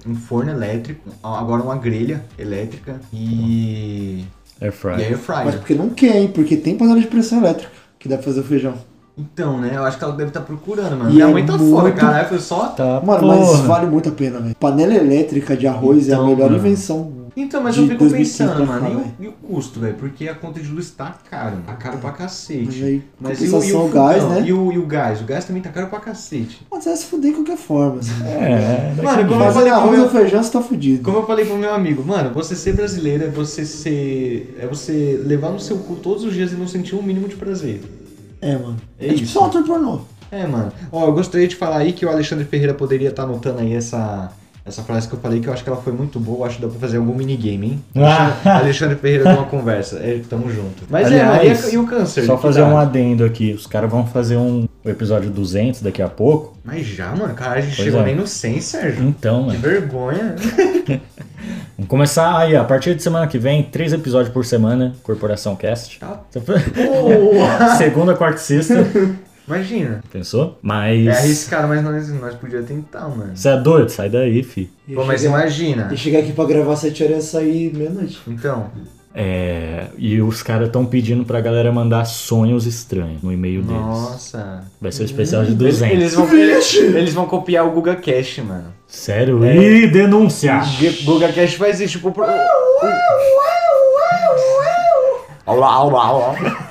[SPEAKER 2] um forno elétrico, agora uma grelha elétrica e.
[SPEAKER 1] Air
[SPEAKER 2] E
[SPEAKER 1] fryer.
[SPEAKER 2] air fryer.
[SPEAKER 3] Mas porque não quer, hein? Porque tem panela de pressão elétrica que dá pra fazer o feijão.
[SPEAKER 2] Então, né? Eu acho que ela deve estar procurando, mano.
[SPEAKER 3] E
[SPEAKER 2] Minha
[SPEAKER 3] é
[SPEAKER 2] mãe tá
[SPEAKER 3] muito-
[SPEAKER 2] fora, caralho. Foi só.
[SPEAKER 1] Tá,
[SPEAKER 3] Mano, mas
[SPEAKER 1] porra.
[SPEAKER 3] vale muito a pena, velho. Panela elétrica de arroz é a
[SPEAKER 2] Então,
[SPEAKER 3] melhor
[SPEAKER 2] mano.
[SPEAKER 3] invenção.
[SPEAKER 2] Então, mas
[SPEAKER 3] De
[SPEAKER 2] eu fico
[SPEAKER 3] 2015
[SPEAKER 2] pensando,
[SPEAKER 3] pra cá,
[SPEAKER 2] mano, e o, e o custo, velho? Porque a conta de luz tá cara, mano. Tá caro pra
[SPEAKER 3] Mas
[SPEAKER 2] cacete.
[SPEAKER 3] aí,
[SPEAKER 2] Mas e o, e
[SPEAKER 3] compensação,
[SPEAKER 2] o
[SPEAKER 3] o gás,
[SPEAKER 2] fogão?
[SPEAKER 3] né?
[SPEAKER 2] E o, e o gás? O gás também tá caro pra cacete.
[SPEAKER 3] Mas você vai se fuder de qualquer forma. Assim.
[SPEAKER 1] É, daqui
[SPEAKER 2] Mano,
[SPEAKER 1] a
[SPEAKER 2] como
[SPEAKER 1] pouco.
[SPEAKER 2] eu falei
[SPEAKER 3] Fazendo
[SPEAKER 2] pro
[SPEAKER 3] arroz
[SPEAKER 2] meu-
[SPEAKER 3] ou feijão, você tá fudido.
[SPEAKER 2] Como eu falei pro meu amigo, mano, você ser brasileiro é você ser. é você levar no seu cu todos os dias e não sentir um mínimo de prazer.
[SPEAKER 3] É, mano.
[SPEAKER 2] É
[SPEAKER 3] É, tipo
[SPEAKER 2] isso.
[SPEAKER 3] só um ator pornô.
[SPEAKER 2] É, mano. Ó, eu gostaria de falar aí que o Alexandre Ferreira poderia estar anotando aí essa. Essa frase que eu falei que eu acho que ela foi muito boa, eu acho que dá pra fazer algum minigame, hein?
[SPEAKER 1] Ah.
[SPEAKER 2] Alexandre Ferreira dá uma conversa. É, tamo junto. Mas é,
[SPEAKER 1] Aliás,
[SPEAKER 2] mano, e, a- e o câncer?
[SPEAKER 1] Só
[SPEAKER 2] Que
[SPEAKER 1] fazer
[SPEAKER 2] dá?
[SPEAKER 1] um adendo aqui. Os caras vão fazer um o episódio 200 daqui a pouco.
[SPEAKER 2] Mas já, mano, cara, a gente
[SPEAKER 1] Pois
[SPEAKER 2] chegou
[SPEAKER 1] é.
[SPEAKER 2] nem no 100, Sérgio.
[SPEAKER 1] Então,
[SPEAKER 2] Que
[SPEAKER 1] mano.
[SPEAKER 2] vergonha. né?
[SPEAKER 1] Vamos começar aí, ó, a partir de semana que vem, três episódios por semana, Corporação Cast.
[SPEAKER 2] Tá.
[SPEAKER 1] Segunda, quarta e sexta.
[SPEAKER 2] Imagina.
[SPEAKER 1] Pensou? Mas.
[SPEAKER 2] É arriscado, mas nós, nós podíamos tentar, mano.
[SPEAKER 1] Você é doido? Sai daí, fi.
[SPEAKER 3] E
[SPEAKER 2] Pô, mas
[SPEAKER 3] chegar-
[SPEAKER 2] imagina.
[SPEAKER 3] E chegar aqui pra gravar sete horas e sair meia-noite.
[SPEAKER 2] Então,
[SPEAKER 1] É, e os caras estão pedindo pra galera mandar sonhos estranhos no e-mail deles.
[SPEAKER 2] nossa.
[SPEAKER 1] Vai ser o especial de
[SPEAKER 2] Eles,
[SPEAKER 1] 200.
[SPEAKER 2] eles vão,
[SPEAKER 3] Vixe!
[SPEAKER 2] eles vão copiar o Guga Cash, mano.
[SPEAKER 1] Sério?
[SPEAKER 2] É.
[SPEAKER 1] E denunciar.
[SPEAKER 2] Gu- Guga Cash faz isso, tipo. pro- Olá, olá, olá.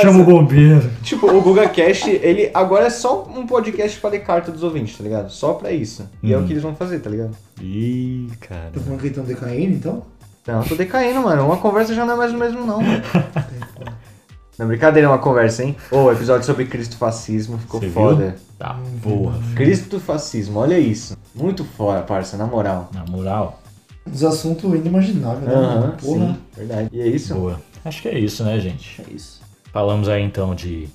[SPEAKER 1] Chama o bombeiro.
[SPEAKER 2] Tipo, o Guga Cash, ele agora é só um podcast pra ler carta dos ouvintes, tá ligado? Só pra isso. E é o que eles vão fazer, tá ligado?
[SPEAKER 1] Ih, cara.
[SPEAKER 3] Tô falando que então decaindo, então?
[SPEAKER 2] Não, eu tô decaindo, mano. Uma conversa já não é mais o mesmo, não. mano. Não, brincadeira, é uma conversa, hein? Ô, o episódio sobre cristofascismo ficou
[SPEAKER 1] Você viu?
[SPEAKER 2] foda.
[SPEAKER 1] Tá, porra. fi.
[SPEAKER 2] Cristofascismo, olha isso. Muito fora, parça, na moral.
[SPEAKER 1] Na moral,
[SPEAKER 3] Um Dos assuntos inimagináveis, né?
[SPEAKER 2] Aham,
[SPEAKER 3] mano? Porra.
[SPEAKER 2] sim, verdade. E é isso?
[SPEAKER 1] boa. Acho que é isso, né, gente?
[SPEAKER 3] É isso.
[SPEAKER 1] Falamos aí então de.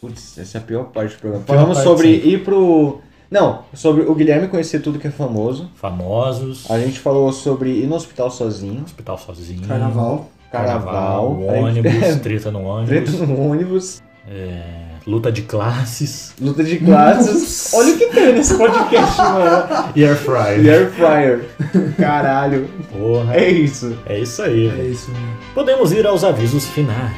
[SPEAKER 2] Putz, essa é a pior parte do programa.
[SPEAKER 1] Pior
[SPEAKER 2] Falamos
[SPEAKER 1] parte,
[SPEAKER 2] sobre
[SPEAKER 1] sim.
[SPEAKER 2] ir pro... Não, sobre o Guilherme conhecer tudo que é famoso.
[SPEAKER 1] Famosos,
[SPEAKER 2] A gente falou sobre ir no hospital sozinho,
[SPEAKER 1] hospital sozinho,
[SPEAKER 3] Carnaval.
[SPEAKER 1] carnaval,
[SPEAKER 2] carnaval, a gente-
[SPEAKER 1] ônibus, treta no
[SPEAKER 2] treta
[SPEAKER 1] ônibus,
[SPEAKER 2] no ônibus,
[SPEAKER 1] luta de classes
[SPEAKER 2] luta de classes. Olha o que tem nesse podcast, mano.
[SPEAKER 1] e air fryer.
[SPEAKER 2] E air fryer. Caralho.
[SPEAKER 1] Porra.
[SPEAKER 2] É isso.
[SPEAKER 1] É isso aí.
[SPEAKER 3] É isso, mano.
[SPEAKER 1] Podemos ir aos avisos finais.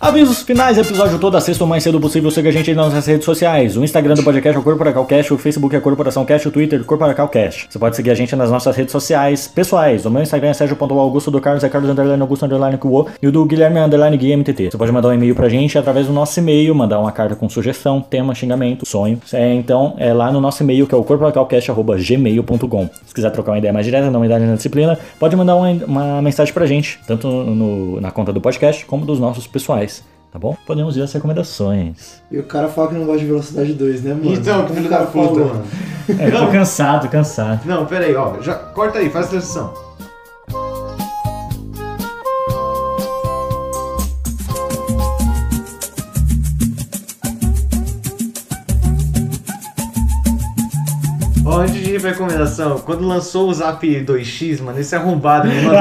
[SPEAKER 1] Avisos finais, episódio toda sexta o mais cedo possível. Siga a gente aí nas nossas redes sociais. O Instagram do podcast é o Corporacal Cash, o Facebook é Corporação Cash, o Twitter Corporacal Cash. Você pode seguir a gente nas nossas redes sociais pessoais. O meu Instagram é Sérgio.augusto, do Carlos é Carlos Underline Augusto Underline Cuo e o do Guilherme Underline Gui MTT. Você pode mandar um e-mail pra gente através do nosso e-mail, mandar uma carta com sugestão, tema, xingamento, sonho. É, então, é lá no nosso e-mail que é o corporacalcast.gmail.com. Se quiser trocar uma ideia mais direta, dar uma ideia na disciplina, pode mandar uma, uma mensagem pra gente, tanto no- na conta do podcast como dos nossos pessoais. Tá bom? Podemos ir às recomendações.
[SPEAKER 3] E o cara fala que não gosta de velocidade 2, né, mano?
[SPEAKER 2] Então, que
[SPEAKER 3] Como
[SPEAKER 2] filho
[SPEAKER 3] o cara
[SPEAKER 2] da puta,
[SPEAKER 3] falou.
[SPEAKER 2] mano.
[SPEAKER 1] É, tô cansado, cansado.
[SPEAKER 2] Não, pera aí, ó. Já, corta aí, faz transição. Ó, antes de ir pra recomendação, quando lançou o Zap 2X, mano, esse arrombado me mandou,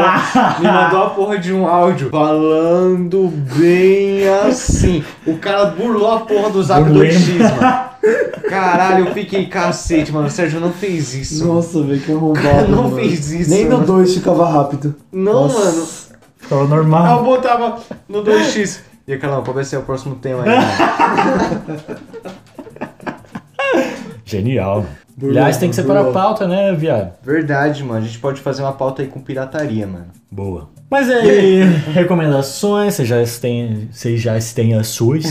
[SPEAKER 2] me mandou a porra de um áudio falando bem assim. O cara burlou a porra do Zap
[SPEAKER 1] Burlei.
[SPEAKER 2] 2X, mano. Caralho, eu fiquei cacete, mano. O Sérgio não fez isso.
[SPEAKER 3] Nossa, velho, que arrombado.
[SPEAKER 2] Cara, não
[SPEAKER 3] mano.
[SPEAKER 2] fez isso,
[SPEAKER 3] Nem no
[SPEAKER 2] mano.
[SPEAKER 3] 2 ficava rápido.
[SPEAKER 2] Não,
[SPEAKER 3] Nossa.
[SPEAKER 2] mano.
[SPEAKER 1] Ficou
[SPEAKER 2] Ah,
[SPEAKER 1] normal.
[SPEAKER 2] eu botava no 2x. E aí, Carlão, qual vai ser é o próximo tema aí?
[SPEAKER 1] Genial. Aliás, tem que separar a pauta, né, viado?
[SPEAKER 2] Verdade, mano. A gente pode fazer uma pauta aí com pirataria, mano.
[SPEAKER 1] Boa. Mas aí, recomendações, vocês já têm, vocês já têm as suas.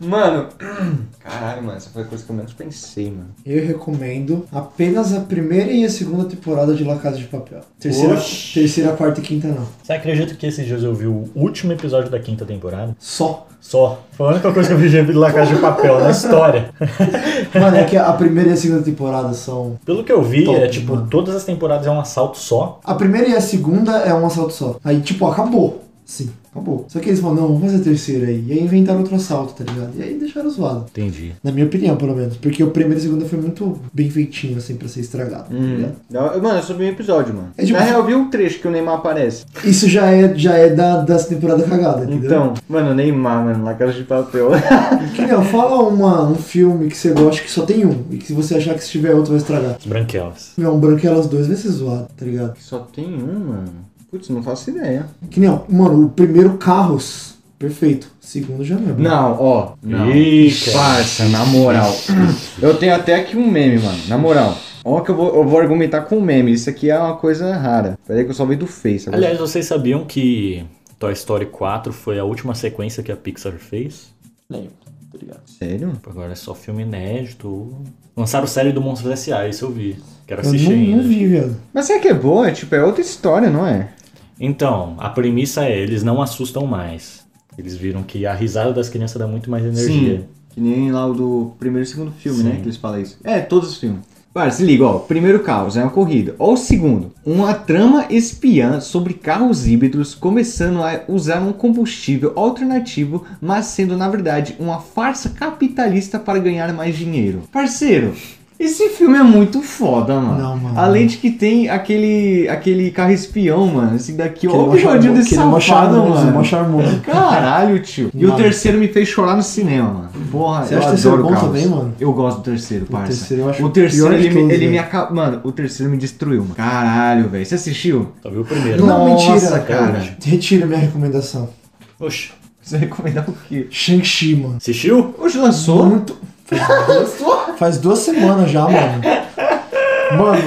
[SPEAKER 2] Mano, caralho, mano. Essa foi a coisa que eu menos pensei, mano.
[SPEAKER 3] Eu recomendo apenas a primeira e a segunda temporada de La Casa de Papel. Terceira,
[SPEAKER 2] Oxi.
[SPEAKER 3] terceira quarta e quinta não.
[SPEAKER 1] Você acredita que esses dias eu vi o último episódio da quinta temporada?
[SPEAKER 3] Só.
[SPEAKER 1] Só. Foi a única coisa que eu vi de La Casa de Papel na história.
[SPEAKER 3] Mano, é que a primeira e a segunda temporada são.
[SPEAKER 1] Pelo que eu vi,
[SPEAKER 3] Top,
[SPEAKER 1] é tipo,
[SPEAKER 3] mano.
[SPEAKER 1] todas as temporadas é um assalto só.
[SPEAKER 3] A primeira e a segunda é um assalto só. Aí, tipo, acabou. Sim, acabou. Só que eles falam, não, vamos fazer a terceira aí. E aí inventaram outro assalto, tá ligado? E aí deixaram zoado.
[SPEAKER 1] Entendi.
[SPEAKER 3] Na minha opinião, pelo menos. Porque o primeiro e a segunda foi muito bem feitinho, assim, pra ser estragado, tá
[SPEAKER 2] Hum.
[SPEAKER 3] ligado?
[SPEAKER 2] Não, eu- mano, eu só vi um episódio, mano.
[SPEAKER 3] É tipo-
[SPEAKER 2] Na real, eu vi um trecho que o Neymar aparece.
[SPEAKER 3] Isso já é, já é da, dessa temporada cagada, entendeu?
[SPEAKER 2] Então, mano, o Neymar, mano, na casa de papel.
[SPEAKER 3] Que não, fala uma, um filme que você gosta que só tem um. E que se você achar que se tiver outro vai estragar.
[SPEAKER 1] Os branquelas.
[SPEAKER 3] Se tiver um branco e elas dois, vai ser zoado, tá ligado?
[SPEAKER 2] Só tem um, mano. Putz, não faço ideia.
[SPEAKER 3] Que nem, ó, mano, o primeiro Carros, perfeito. O segundo já não é. bom.
[SPEAKER 2] Não, ó. Não.
[SPEAKER 1] Ih,
[SPEAKER 2] Parça, na moral. Eu tenho até aqui um meme, mano. Na moral. Ó, que eu vou, eu vou argumentar com um meme. Isso aqui é uma coisa rara. Peraí que eu só vi do Face. agora.
[SPEAKER 1] Aliás, vocês sabiam que Toy Story 4 foi a última sequência que a Pixar fez?
[SPEAKER 3] Lembro, tá ligado?
[SPEAKER 2] Sério?
[SPEAKER 1] Agora é só filme inédito. Lançaram série do Monstros S.A., isso eu vi. Quero
[SPEAKER 3] Eu
[SPEAKER 1] assistir
[SPEAKER 3] não,
[SPEAKER 1] ainda.
[SPEAKER 3] não vi, viado.
[SPEAKER 2] Mas será que é boa? Tipo, é outra história, não é?
[SPEAKER 1] Então, a premissa é, eles não assustam mais. Eles viram que a risada das crianças dá muito mais energia.
[SPEAKER 2] Que nem lá o do primeiro e segundo filme,
[SPEAKER 1] Sim.
[SPEAKER 2] né? Que eles falam isso. É, todos os filmes. Para, se liga, ó. Primeiro caos, é uma corrida. Ó, o segundo. Uma trama espiã sobre carros híbridos começando a usar um combustível alternativo, mas sendo, na verdade, uma farsa capitalista para ganhar mais dinheiro. Parceiro, esse filme é muito foda, mano.
[SPEAKER 3] Não, mano.
[SPEAKER 2] Além de que tem aquele, aquele carro espião, mano. Esse daqui, ó, o
[SPEAKER 3] Que ele é mó
[SPEAKER 2] bigodinho
[SPEAKER 3] charmoso,
[SPEAKER 2] desse
[SPEAKER 3] que ele é mó
[SPEAKER 2] safado,
[SPEAKER 3] charmoso,
[SPEAKER 2] mano.
[SPEAKER 3] mó charmoso.
[SPEAKER 2] Caralho, tio. E o
[SPEAKER 3] Mano.
[SPEAKER 2] terceiro me fez chorar no cinema, mano. Porra,
[SPEAKER 3] Você
[SPEAKER 2] eu
[SPEAKER 3] acha o terceiro é
[SPEAKER 2] adoro
[SPEAKER 3] bom
[SPEAKER 2] Carros.
[SPEAKER 3] também, mano?
[SPEAKER 2] Eu gosto do terceiro, parça.
[SPEAKER 3] terceiro eu acho
[SPEAKER 2] O terceiro,
[SPEAKER 3] o pior de
[SPEAKER 2] ele, me-
[SPEAKER 3] todos,
[SPEAKER 2] ele me
[SPEAKER 3] velho.
[SPEAKER 2] acabou. Mano, o terceiro me destruiu, mano. Caralho, velho. Você assistiu?
[SPEAKER 1] Só viu o primeiro. né?
[SPEAKER 3] Não,
[SPEAKER 2] Nossa,
[SPEAKER 3] mentira.
[SPEAKER 2] cara.
[SPEAKER 3] Retiro minha recomendação.
[SPEAKER 1] Oxe,
[SPEAKER 2] Você recomendar o quê?
[SPEAKER 3] Shang-Chi, mano.
[SPEAKER 1] assistiu?
[SPEAKER 2] Hoje lançou?
[SPEAKER 3] Muito. Faz duas semanas já, mano. Mano,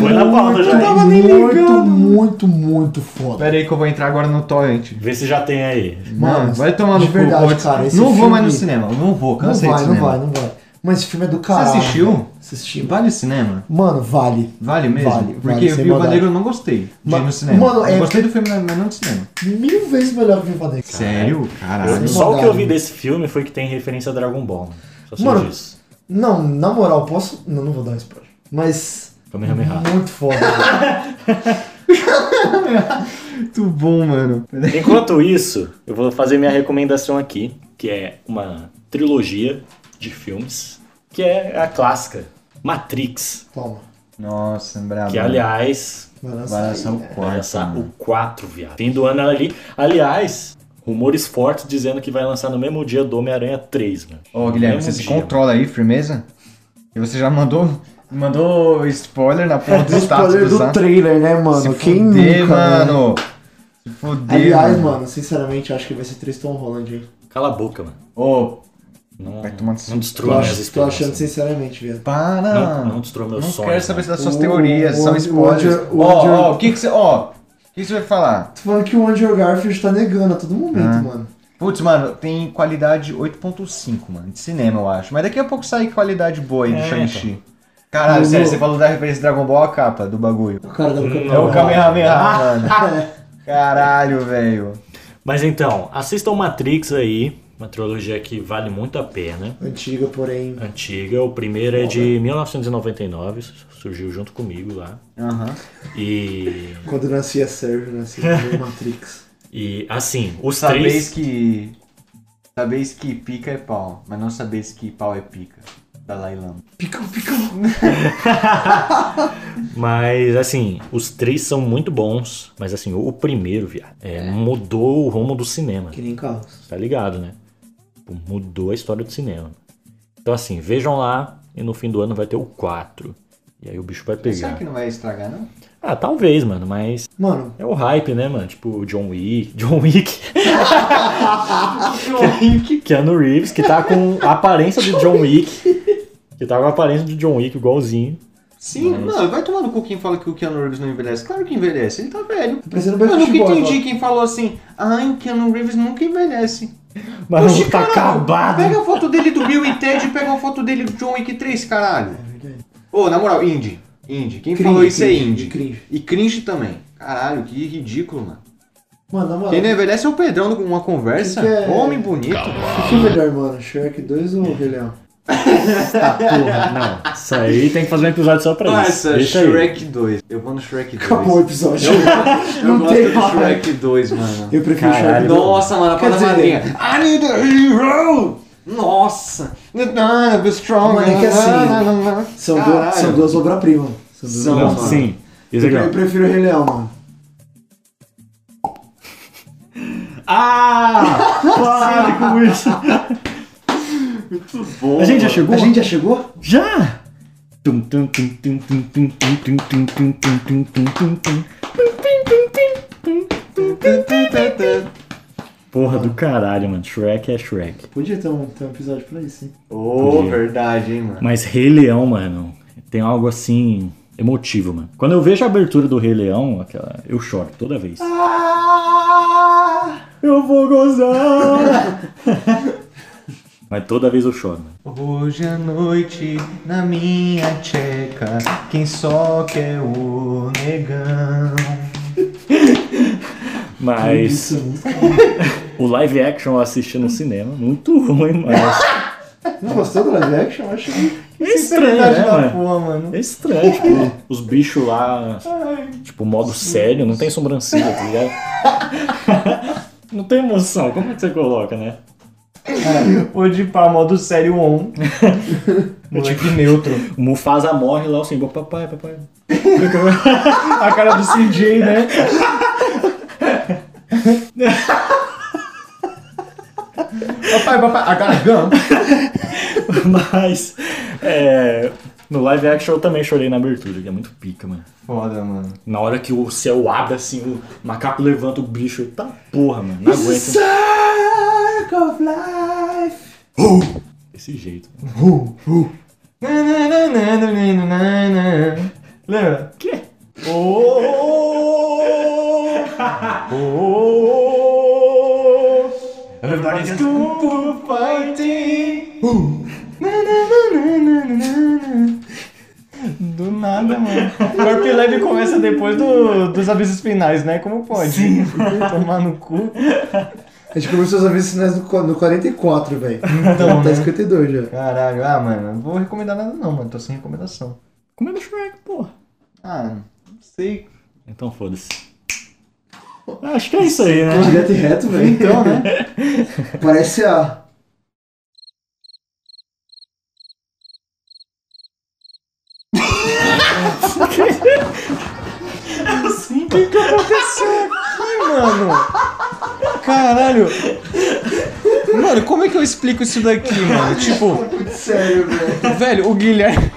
[SPEAKER 1] Põe na pauta já.
[SPEAKER 3] muito,
[SPEAKER 1] Eu
[SPEAKER 2] tava nem ligando.
[SPEAKER 3] muito, muito, muito foda.
[SPEAKER 2] Pera aí que eu vou entrar agora no torrent.
[SPEAKER 1] Vê se já tem aí.
[SPEAKER 2] Mano,
[SPEAKER 3] Mano,
[SPEAKER 2] vai tomar
[SPEAKER 3] de
[SPEAKER 2] no cu,
[SPEAKER 3] verdade,
[SPEAKER 2] pode-
[SPEAKER 3] cara, esse
[SPEAKER 2] Não vou
[SPEAKER 3] filme-
[SPEAKER 2] mais no cinema. Não vou,
[SPEAKER 3] Não
[SPEAKER 2] cansei
[SPEAKER 3] vai,
[SPEAKER 2] de
[SPEAKER 3] não
[SPEAKER 2] cinema.
[SPEAKER 3] vai, não vai. Mas esse filme é do
[SPEAKER 2] Você
[SPEAKER 3] caralho.
[SPEAKER 2] assistiu?
[SPEAKER 3] Assisti.
[SPEAKER 2] Vale o cinema?
[SPEAKER 3] Mano, vale.
[SPEAKER 2] Vale mesmo?
[SPEAKER 3] Vale, vale,
[SPEAKER 2] Porque eu
[SPEAKER 3] sem
[SPEAKER 2] vi o
[SPEAKER 3] maldade.
[SPEAKER 2] Negro eu não gostei de ir
[SPEAKER 3] Ma-
[SPEAKER 2] no cinema.
[SPEAKER 3] Mano,
[SPEAKER 2] eu
[SPEAKER 3] é-
[SPEAKER 2] gostei do filme, mas não do cinema.
[SPEAKER 3] Mil vezes melhor que o Vanex.
[SPEAKER 2] Sério? Caralho.
[SPEAKER 1] Só o que eu vi
[SPEAKER 3] Maldade.
[SPEAKER 1] desse filme foi que tem referência a Dragon Ball. né? Só sei
[SPEAKER 3] Mano,
[SPEAKER 1] disso.
[SPEAKER 3] Não, na moral, posso. Não, não vou dar um spoiler. Mas.
[SPEAKER 2] Tá.
[SPEAKER 1] Kamehameha.
[SPEAKER 3] Muito foda. é
[SPEAKER 2] Muito bom, mano.
[SPEAKER 1] Enquanto isso, eu vou fazer minha recomendação aqui, que é uma trilogia de filmes, que é a clássica Matrix,
[SPEAKER 3] Toma.
[SPEAKER 2] Nossa, brabo. né?
[SPEAKER 1] que aliás, é,
[SPEAKER 3] Vai lançar
[SPEAKER 2] Vai
[SPEAKER 3] aí,
[SPEAKER 2] lançar
[SPEAKER 3] né?
[SPEAKER 2] o
[SPEAKER 1] vai
[SPEAKER 2] quarto.
[SPEAKER 1] lançar o
[SPEAKER 2] mano.
[SPEAKER 1] 4, viado. Fim do ano ali. Aliás, rumores fortes dizendo que vai lançar no mesmo dia do Homem-Aranha 3, mano.
[SPEAKER 2] Ô, Guilherme, você
[SPEAKER 1] Mesmo
[SPEAKER 2] se
[SPEAKER 1] dia,
[SPEAKER 2] controla aí, firmeza? E você já mandou, mandou spoiler na porra do status
[SPEAKER 3] É Spoiler
[SPEAKER 2] do
[SPEAKER 3] do
[SPEAKER 2] Zap?
[SPEAKER 3] trailer, né, mano?
[SPEAKER 2] Se
[SPEAKER 3] Quem
[SPEAKER 2] fuder,
[SPEAKER 3] nunca, né?
[SPEAKER 2] mano. Se fuder,
[SPEAKER 3] Aliás,
[SPEAKER 2] mano.
[SPEAKER 3] mano, sinceramente, eu acho que vai ser Tristan Holland, hein?
[SPEAKER 1] mano. Cala a boca, mano.
[SPEAKER 2] Ô,
[SPEAKER 1] Não,
[SPEAKER 2] Vai tomar no
[SPEAKER 1] não
[SPEAKER 2] seu-
[SPEAKER 3] Tô,
[SPEAKER 1] destrua minhas
[SPEAKER 3] ach- tô achando,
[SPEAKER 1] esperanças.
[SPEAKER 3] sinceramente, viado.
[SPEAKER 2] para.
[SPEAKER 1] Não, não destrua meus
[SPEAKER 2] Não
[SPEAKER 1] sonhos.
[SPEAKER 2] quero saber
[SPEAKER 1] mano.
[SPEAKER 2] das suas
[SPEAKER 3] O-
[SPEAKER 2] teorias,
[SPEAKER 3] o-
[SPEAKER 2] são
[SPEAKER 3] o-
[SPEAKER 2] spoilers. Ó,
[SPEAKER 3] o- o-
[SPEAKER 2] ó, o que que você... Ó, o que que você vai falar?
[SPEAKER 3] Tô falando que o Andrew Garfield tá negando a todo momento,
[SPEAKER 2] Ah.
[SPEAKER 3] mano.
[SPEAKER 2] Putz, mano, tem qualidade 8.5, mano, de cinema, eu acho. Mas daqui a pouco sai qualidade boa aí do
[SPEAKER 1] É,
[SPEAKER 2] Shang-Chi. Caralho,
[SPEAKER 3] Eu
[SPEAKER 2] sério,
[SPEAKER 3] vou-
[SPEAKER 2] você falou da referência Dragon Ball, a capa do bagulho.
[SPEAKER 3] O cara da
[SPEAKER 2] É o Kamehameha, mano.
[SPEAKER 3] Ah,
[SPEAKER 2] Caralho, velho.
[SPEAKER 1] Mas então, assistam Matrix aí, uma trilogia que vale muito a pena.
[SPEAKER 3] Antiga, porém.
[SPEAKER 1] Antiga, o primeiro é de 1999, surgiu junto comigo lá.
[SPEAKER 2] Aham.
[SPEAKER 1] E,
[SPEAKER 3] Quando é nascia Sérgio, nascia também Matrix.
[SPEAKER 1] e assim, os três.
[SPEAKER 2] Sabeis que. Sabeis que pica é pau, mas não sabeis que pau é pica. Dalai Lama.
[SPEAKER 3] Picão, picão.
[SPEAKER 1] Mas assim, os três são muito bons. Mas assim, o primeiro, viado, é, mudou o rumo do cinema.
[SPEAKER 3] Que nem carros.
[SPEAKER 1] Tá ligado, né? Tipo, Mudou a história do cinema. Então assim, vejam lá e no fim do ano vai ter o 4. E aí o bicho vai
[SPEAKER 2] Será
[SPEAKER 1] pegar.
[SPEAKER 2] que não vai estragar, não?
[SPEAKER 1] Ah, talvez, mano, mas
[SPEAKER 3] Mano,
[SPEAKER 1] é o hype, né, mano? Tipo, o John Wick. John Wick. é Keanu Reeves, que tá com a aparência do John Wick. Que tava com a aparência de John Wick igualzinho.
[SPEAKER 2] Sim, mano, vai tomar no cu quem fala que o Keanu Reeves não envelhece. Claro que envelhece, ele tá velho.
[SPEAKER 3] Parecendo
[SPEAKER 2] Eu nunca
[SPEAKER 3] Backstreet Boys,
[SPEAKER 2] entendi quem falou assim, ai, o Keanu Reeves nunca envelhece.
[SPEAKER 1] Mas
[SPEAKER 2] Oxi,
[SPEAKER 1] tá
[SPEAKER 2] caralho,
[SPEAKER 1] acabado.
[SPEAKER 2] Pega a foto dele do Bill e Ted e pega a foto dele do John Wick 3, caralho.
[SPEAKER 3] é
[SPEAKER 2] Ô, na moral, indie. Indie. Quem
[SPEAKER 3] Cringe,
[SPEAKER 2] falou isso é
[SPEAKER 3] cringe,
[SPEAKER 2] indie.
[SPEAKER 3] cringe.
[SPEAKER 2] E cringe também. Caralho, que ridículo, mano.
[SPEAKER 3] Mano, na moral,
[SPEAKER 2] Quem não envelhece é o Pedrão numa conversa.
[SPEAKER 3] Que que é?
[SPEAKER 2] Homem bonito.
[SPEAKER 3] o que é melhor, mano? Shrek 2 ou Rei Leão?
[SPEAKER 1] Porra, não. Isso aí tem que fazer um episódio só pra isso.
[SPEAKER 2] Nossa,
[SPEAKER 1] Deixa aí.
[SPEAKER 2] Shrek 2. Eu vou no Shrek 2.
[SPEAKER 3] Acabou o episódio.
[SPEAKER 2] Eu
[SPEAKER 3] Não
[SPEAKER 2] gosto
[SPEAKER 3] tem
[SPEAKER 2] do
[SPEAKER 3] mais.
[SPEAKER 2] Shrek 2, mano.
[SPEAKER 3] Eu prefiro
[SPEAKER 1] Caralho.
[SPEAKER 3] Shrek 2.
[SPEAKER 2] Nossa, mano, a
[SPEAKER 3] Quer
[SPEAKER 2] Pada
[SPEAKER 3] dizer-
[SPEAKER 2] madrinha. I need a hero! Nossa! Ah, be strong!
[SPEAKER 3] Mano, é que assim, São, duas-
[SPEAKER 2] Caralho.
[SPEAKER 3] são duas obras-primas. São duas
[SPEAKER 2] São,
[SPEAKER 1] Não,
[SPEAKER 3] obras-primas.
[SPEAKER 2] é mano.
[SPEAKER 1] sim. Isso aqui,
[SPEAKER 3] Eu, eu
[SPEAKER 1] ó.
[SPEAKER 3] prefiro Rei Leão, mano.
[SPEAKER 1] Ah! Para com isso.
[SPEAKER 2] Boa.
[SPEAKER 1] A gente já chegou?
[SPEAKER 3] A gente já chegou?
[SPEAKER 1] Já! Porra do caralho, mano. Shrek é Shrek.
[SPEAKER 3] Podia ter um, ter um episódio pra isso, hein?
[SPEAKER 2] Ô, verdade, hein, mano.
[SPEAKER 1] Mas Rei Leão, mano, tem algo assim emotivo, mano. Quando eu vejo a abertura do Rei Leão, aquela, eu choro toda vez. Ah, eu vou gozar! Mas toda vez eu choro, mano.
[SPEAKER 2] Hoje à noite, na minha tcheca, quem só quer o negão.
[SPEAKER 1] Mas
[SPEAKER 3] é
[SPEAKER 1] o live action eu assisti no cinema, muito ruim, mas
[SPEAKER 3] Não gostou do live action? Eu Acho que...
[SPEAKER 1] é estranho,
[SPEAKER 2] Verdade
[SPEAKER 1] né,
[SPEAKER 2] da
[SPEAKER 1] mano?
[SPEAKER 2] porra, mano.
[SPEAKER 1] É estranho, tipo, os bichos lá, tipo, modo sério, não tem sobrancelha, tá ligado? Não tem emoção, como é que você coloca, né?
[SPEAKER 2] Hoje pá, modo sério on. Moleque neutro.
[SPEAKER 1] O Mufasa morre lá, o Simba, papai, papai.
[SPEAKER 2] A cara do CJ, né? papai, papai, a cara
[SPEAKER 1] Mas, é, no live action eu também chorei na abertura, que é muito pica, mano.
[SPEAKER 2] Foda, mano.
[SPEAKER 1] Na hora que o céu abre, assim, o macaco levanta o bicho, tá porra, mano, não aguento.
[SPEAKER 2] Circle of life.
[SPEAKER 1] Desse jeito.
[SPEAKER 2] Na, na, na, na, na, na, na, na. Lembra?
[SPEAKER 1] Que?
[SPEAKER 2] Oh! Everybody's kung fu fighting. Na, na, na, na, na, na, na. Do nada, mano. O Corp Leve começa depois do- dos avisos finais, né? Como pode? Sim. Tomar no cu.
[SPEAKER 3] A gente começou os avisos sinais no, qu- no 44, velho.
[SPEAKER 2] Então,
[SPEAKER 3] tá
[SPEAKER 2] né?
[SPEAKER 3] 52 já.
[SPEAKER 2] Caralho, ah, mano, não vou recomendar nada não, mano, tô sem recomendação.
[SPEAKER 1] Como é do Shrek, porra?
[SPEAKER 2] Ah, não sei.
[SPEAKER 1] Então foda-se. Acho que é isso aí, né?
[SPEAKER 3] Direto e reto, velho.
[SPEAKER 2] Então, né?
[SPEAKER 3] Parece a.
[SPEAKER 2] Mano, caralho. Mano, como é que eu explico isso daqui, mano? Tipo,
[SPEAKER 3] Muito sério, velho.
[SPEAKER 2] velho, o Guilherme...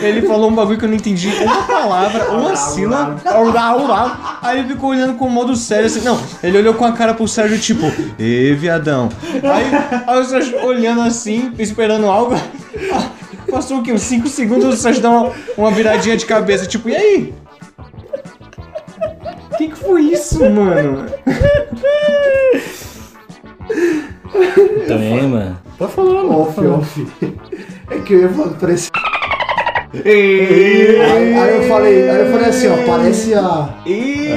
[SPEAKER 2] Ele falou um bagulho que eu não entendi uma palavra, uma sílaba. Aurá, aurá. Aí ele ficou olhando com modo sério assim. Não, ele olhou com a cara pro Sérgio, tipo, ê, viadão. Aí, aí o Sérgio olhando assim, esperando algo. Passou o quê? Uns 5 segundos, o Sérgio dá uma, uma viradinha de cabeça, tipo, e aí? O que, que foi isso, mano?
[SPEAKER 1] Também, mano. Pode falar.
[SPEAKER 3] Off,
[SPEAKER 2] Então, né?
[SPEAKER 3] off. É que eu ia falar que parece.
[SPEAKER 2] Ê,
[SPEAKER 3] Aí, aí eu falei, aí eu falei assim, ó, parece a.
[SPEAKER 2] ê.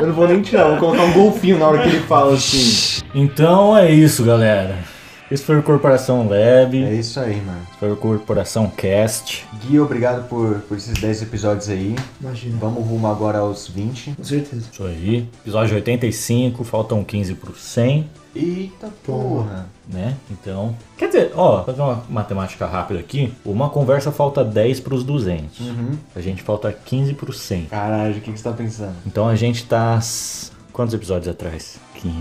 [SPEAKER 2] Eu não vou nem tirar, vou colocar um golfinho na hora que ele fala assim.
[SPEAKER 1] Então é isso, galera. Isso foi o Corporação Lab,
[SPEAKER 2] É isso aí, mano.
[SPEAKER 1] foi o Corporação Cast.
[SPEAKER 2] Gui, obrigado por, por esses 10 episódios aí.
[SPEAKER 3] Imagina,
[SPEAKER 2] Vamos rumo agora aos 20.
[SPEAKER 3] com certeza.
[SPEAKER 1] Isso aí. Episódio 85, faltam 15 pro 100.
[SPEAKER 2] Eita porra.
[SPEAKER 1] né? Então, quer dizer, ó, fazer uma matemática rápida aqui. Uma conversa falta 10 pros 200. A gente falta 15 pros 100.
[SPEAKER 2] Caralho, o que, que você tá pensando?
[SPEAKER 1] Então a gente tá s- quantos episódios atrás? 15,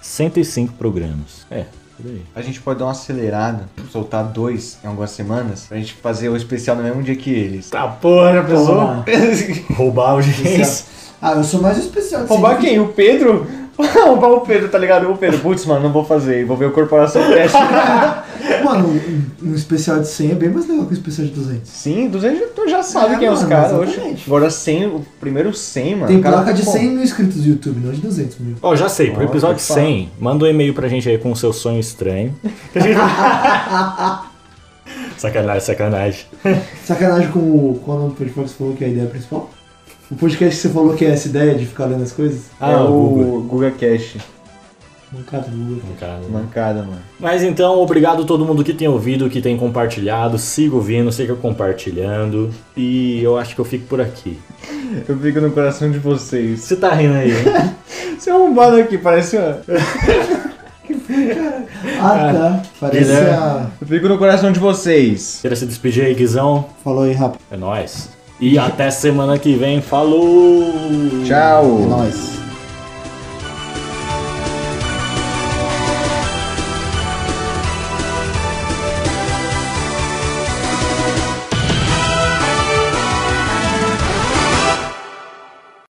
[SPEAKER 1] 105 programas. É, por aí.
[SPEAKER 2] A gente pode dar uma acelerada, soltar dois em algumas semanas, pra gente fazer o especial no mesmo dia que eles.
[SPEAKER 1] Tá porra,
[SPEAKER 3] pessoal.
[SPEAKER 1] Roubar a audiência.
[SPEAKER 3] Ah, eu sou mais especial.
[SPEAKER 2] Roubar quem? O Pedro?
[SPEAKER 8] o Pedro, tá ligado? O Pedro, putz, mano, não vou fazer. Vou ver o Corporação Cash.
[SPEAKER 3] Mano, um, um especial de 100 é bem mais legal que um especial de 200.
[SPEAKER 8] Sim, 200 tu já sabe
[SPEAKER 3] É,
[SPEAKER 8] quem é os
[SPEAKER 3] mano,
[SPEAKER 8] caras hoje.
[SPEAKER 3] exatamente.
[SPEAKER 8] Agora 100, o primeiro 100,
[SPEAKER 2] Ah,
[SPEAKER 8] mano.
[SPEAKER 3] Tem
[SPEAKER 8] o cara
[SPEAKER 3] placa
[SPEAKER 8] tá
[SPEAKER 3] de
[SPEAKER 8] com-
[SPEAKER 3] 100 mil inscritos no YouTube, não de 200 mil.
[SPEAKER 1] Ó, já sei, pro
[SPEAKER 8] Ó,
[SPEAKER 1] episódio
[SPEAKER 8] pode falar.
[SPEAKER 1] 100, manda um e-mail pra gente aí com o seu sonho estranho. sacanagem, sacanagem.
[SPEAKER 3] Sacanagem com o. Qual o nome do podcast que você falou que é a ideia principal? O podcast que você falou que é essa ideia de ficar lendo as coisas?
[SPEAKER 8] Ah,
[SPEAKER 1] É, o
[SPEAKER 8] o Guga Cash.
[SPEAKER 3] Mancada do Google.
[SPEAKER 1] Cara,
[SPEAKER 8] Mancada, mano.
[SPEAKER 1] Mas então, obrigado a todo mundo que tem ouvido, que tem compartilhado. Siga ouvindo, siga compartilhando. E eu acho que eu fico por aqui.
[SPEAKER 8] Eu fico no coração de vocês.
[SPEAKER 1] Você tá rindo aí, hein?
[SPEAKER 8] Você é arrombado aqui, parece uma...
[SPEAKER 3] Ah, tá. Parece
[SPEAKER 1] Guilherme.
[SPEAKER 3] a.
[SPEAKER 8] Eu fico no coração de vocês.
[SPEAKER 1] Queira se despedir aí, Guizão.
[SPEAKER 3] Falou aí, rápido.
[SPEAKER 1] É nóis. E até semana que vem. Falou!
[SPEAKER 8] Tchau.
[SPEAKER 3] Nós.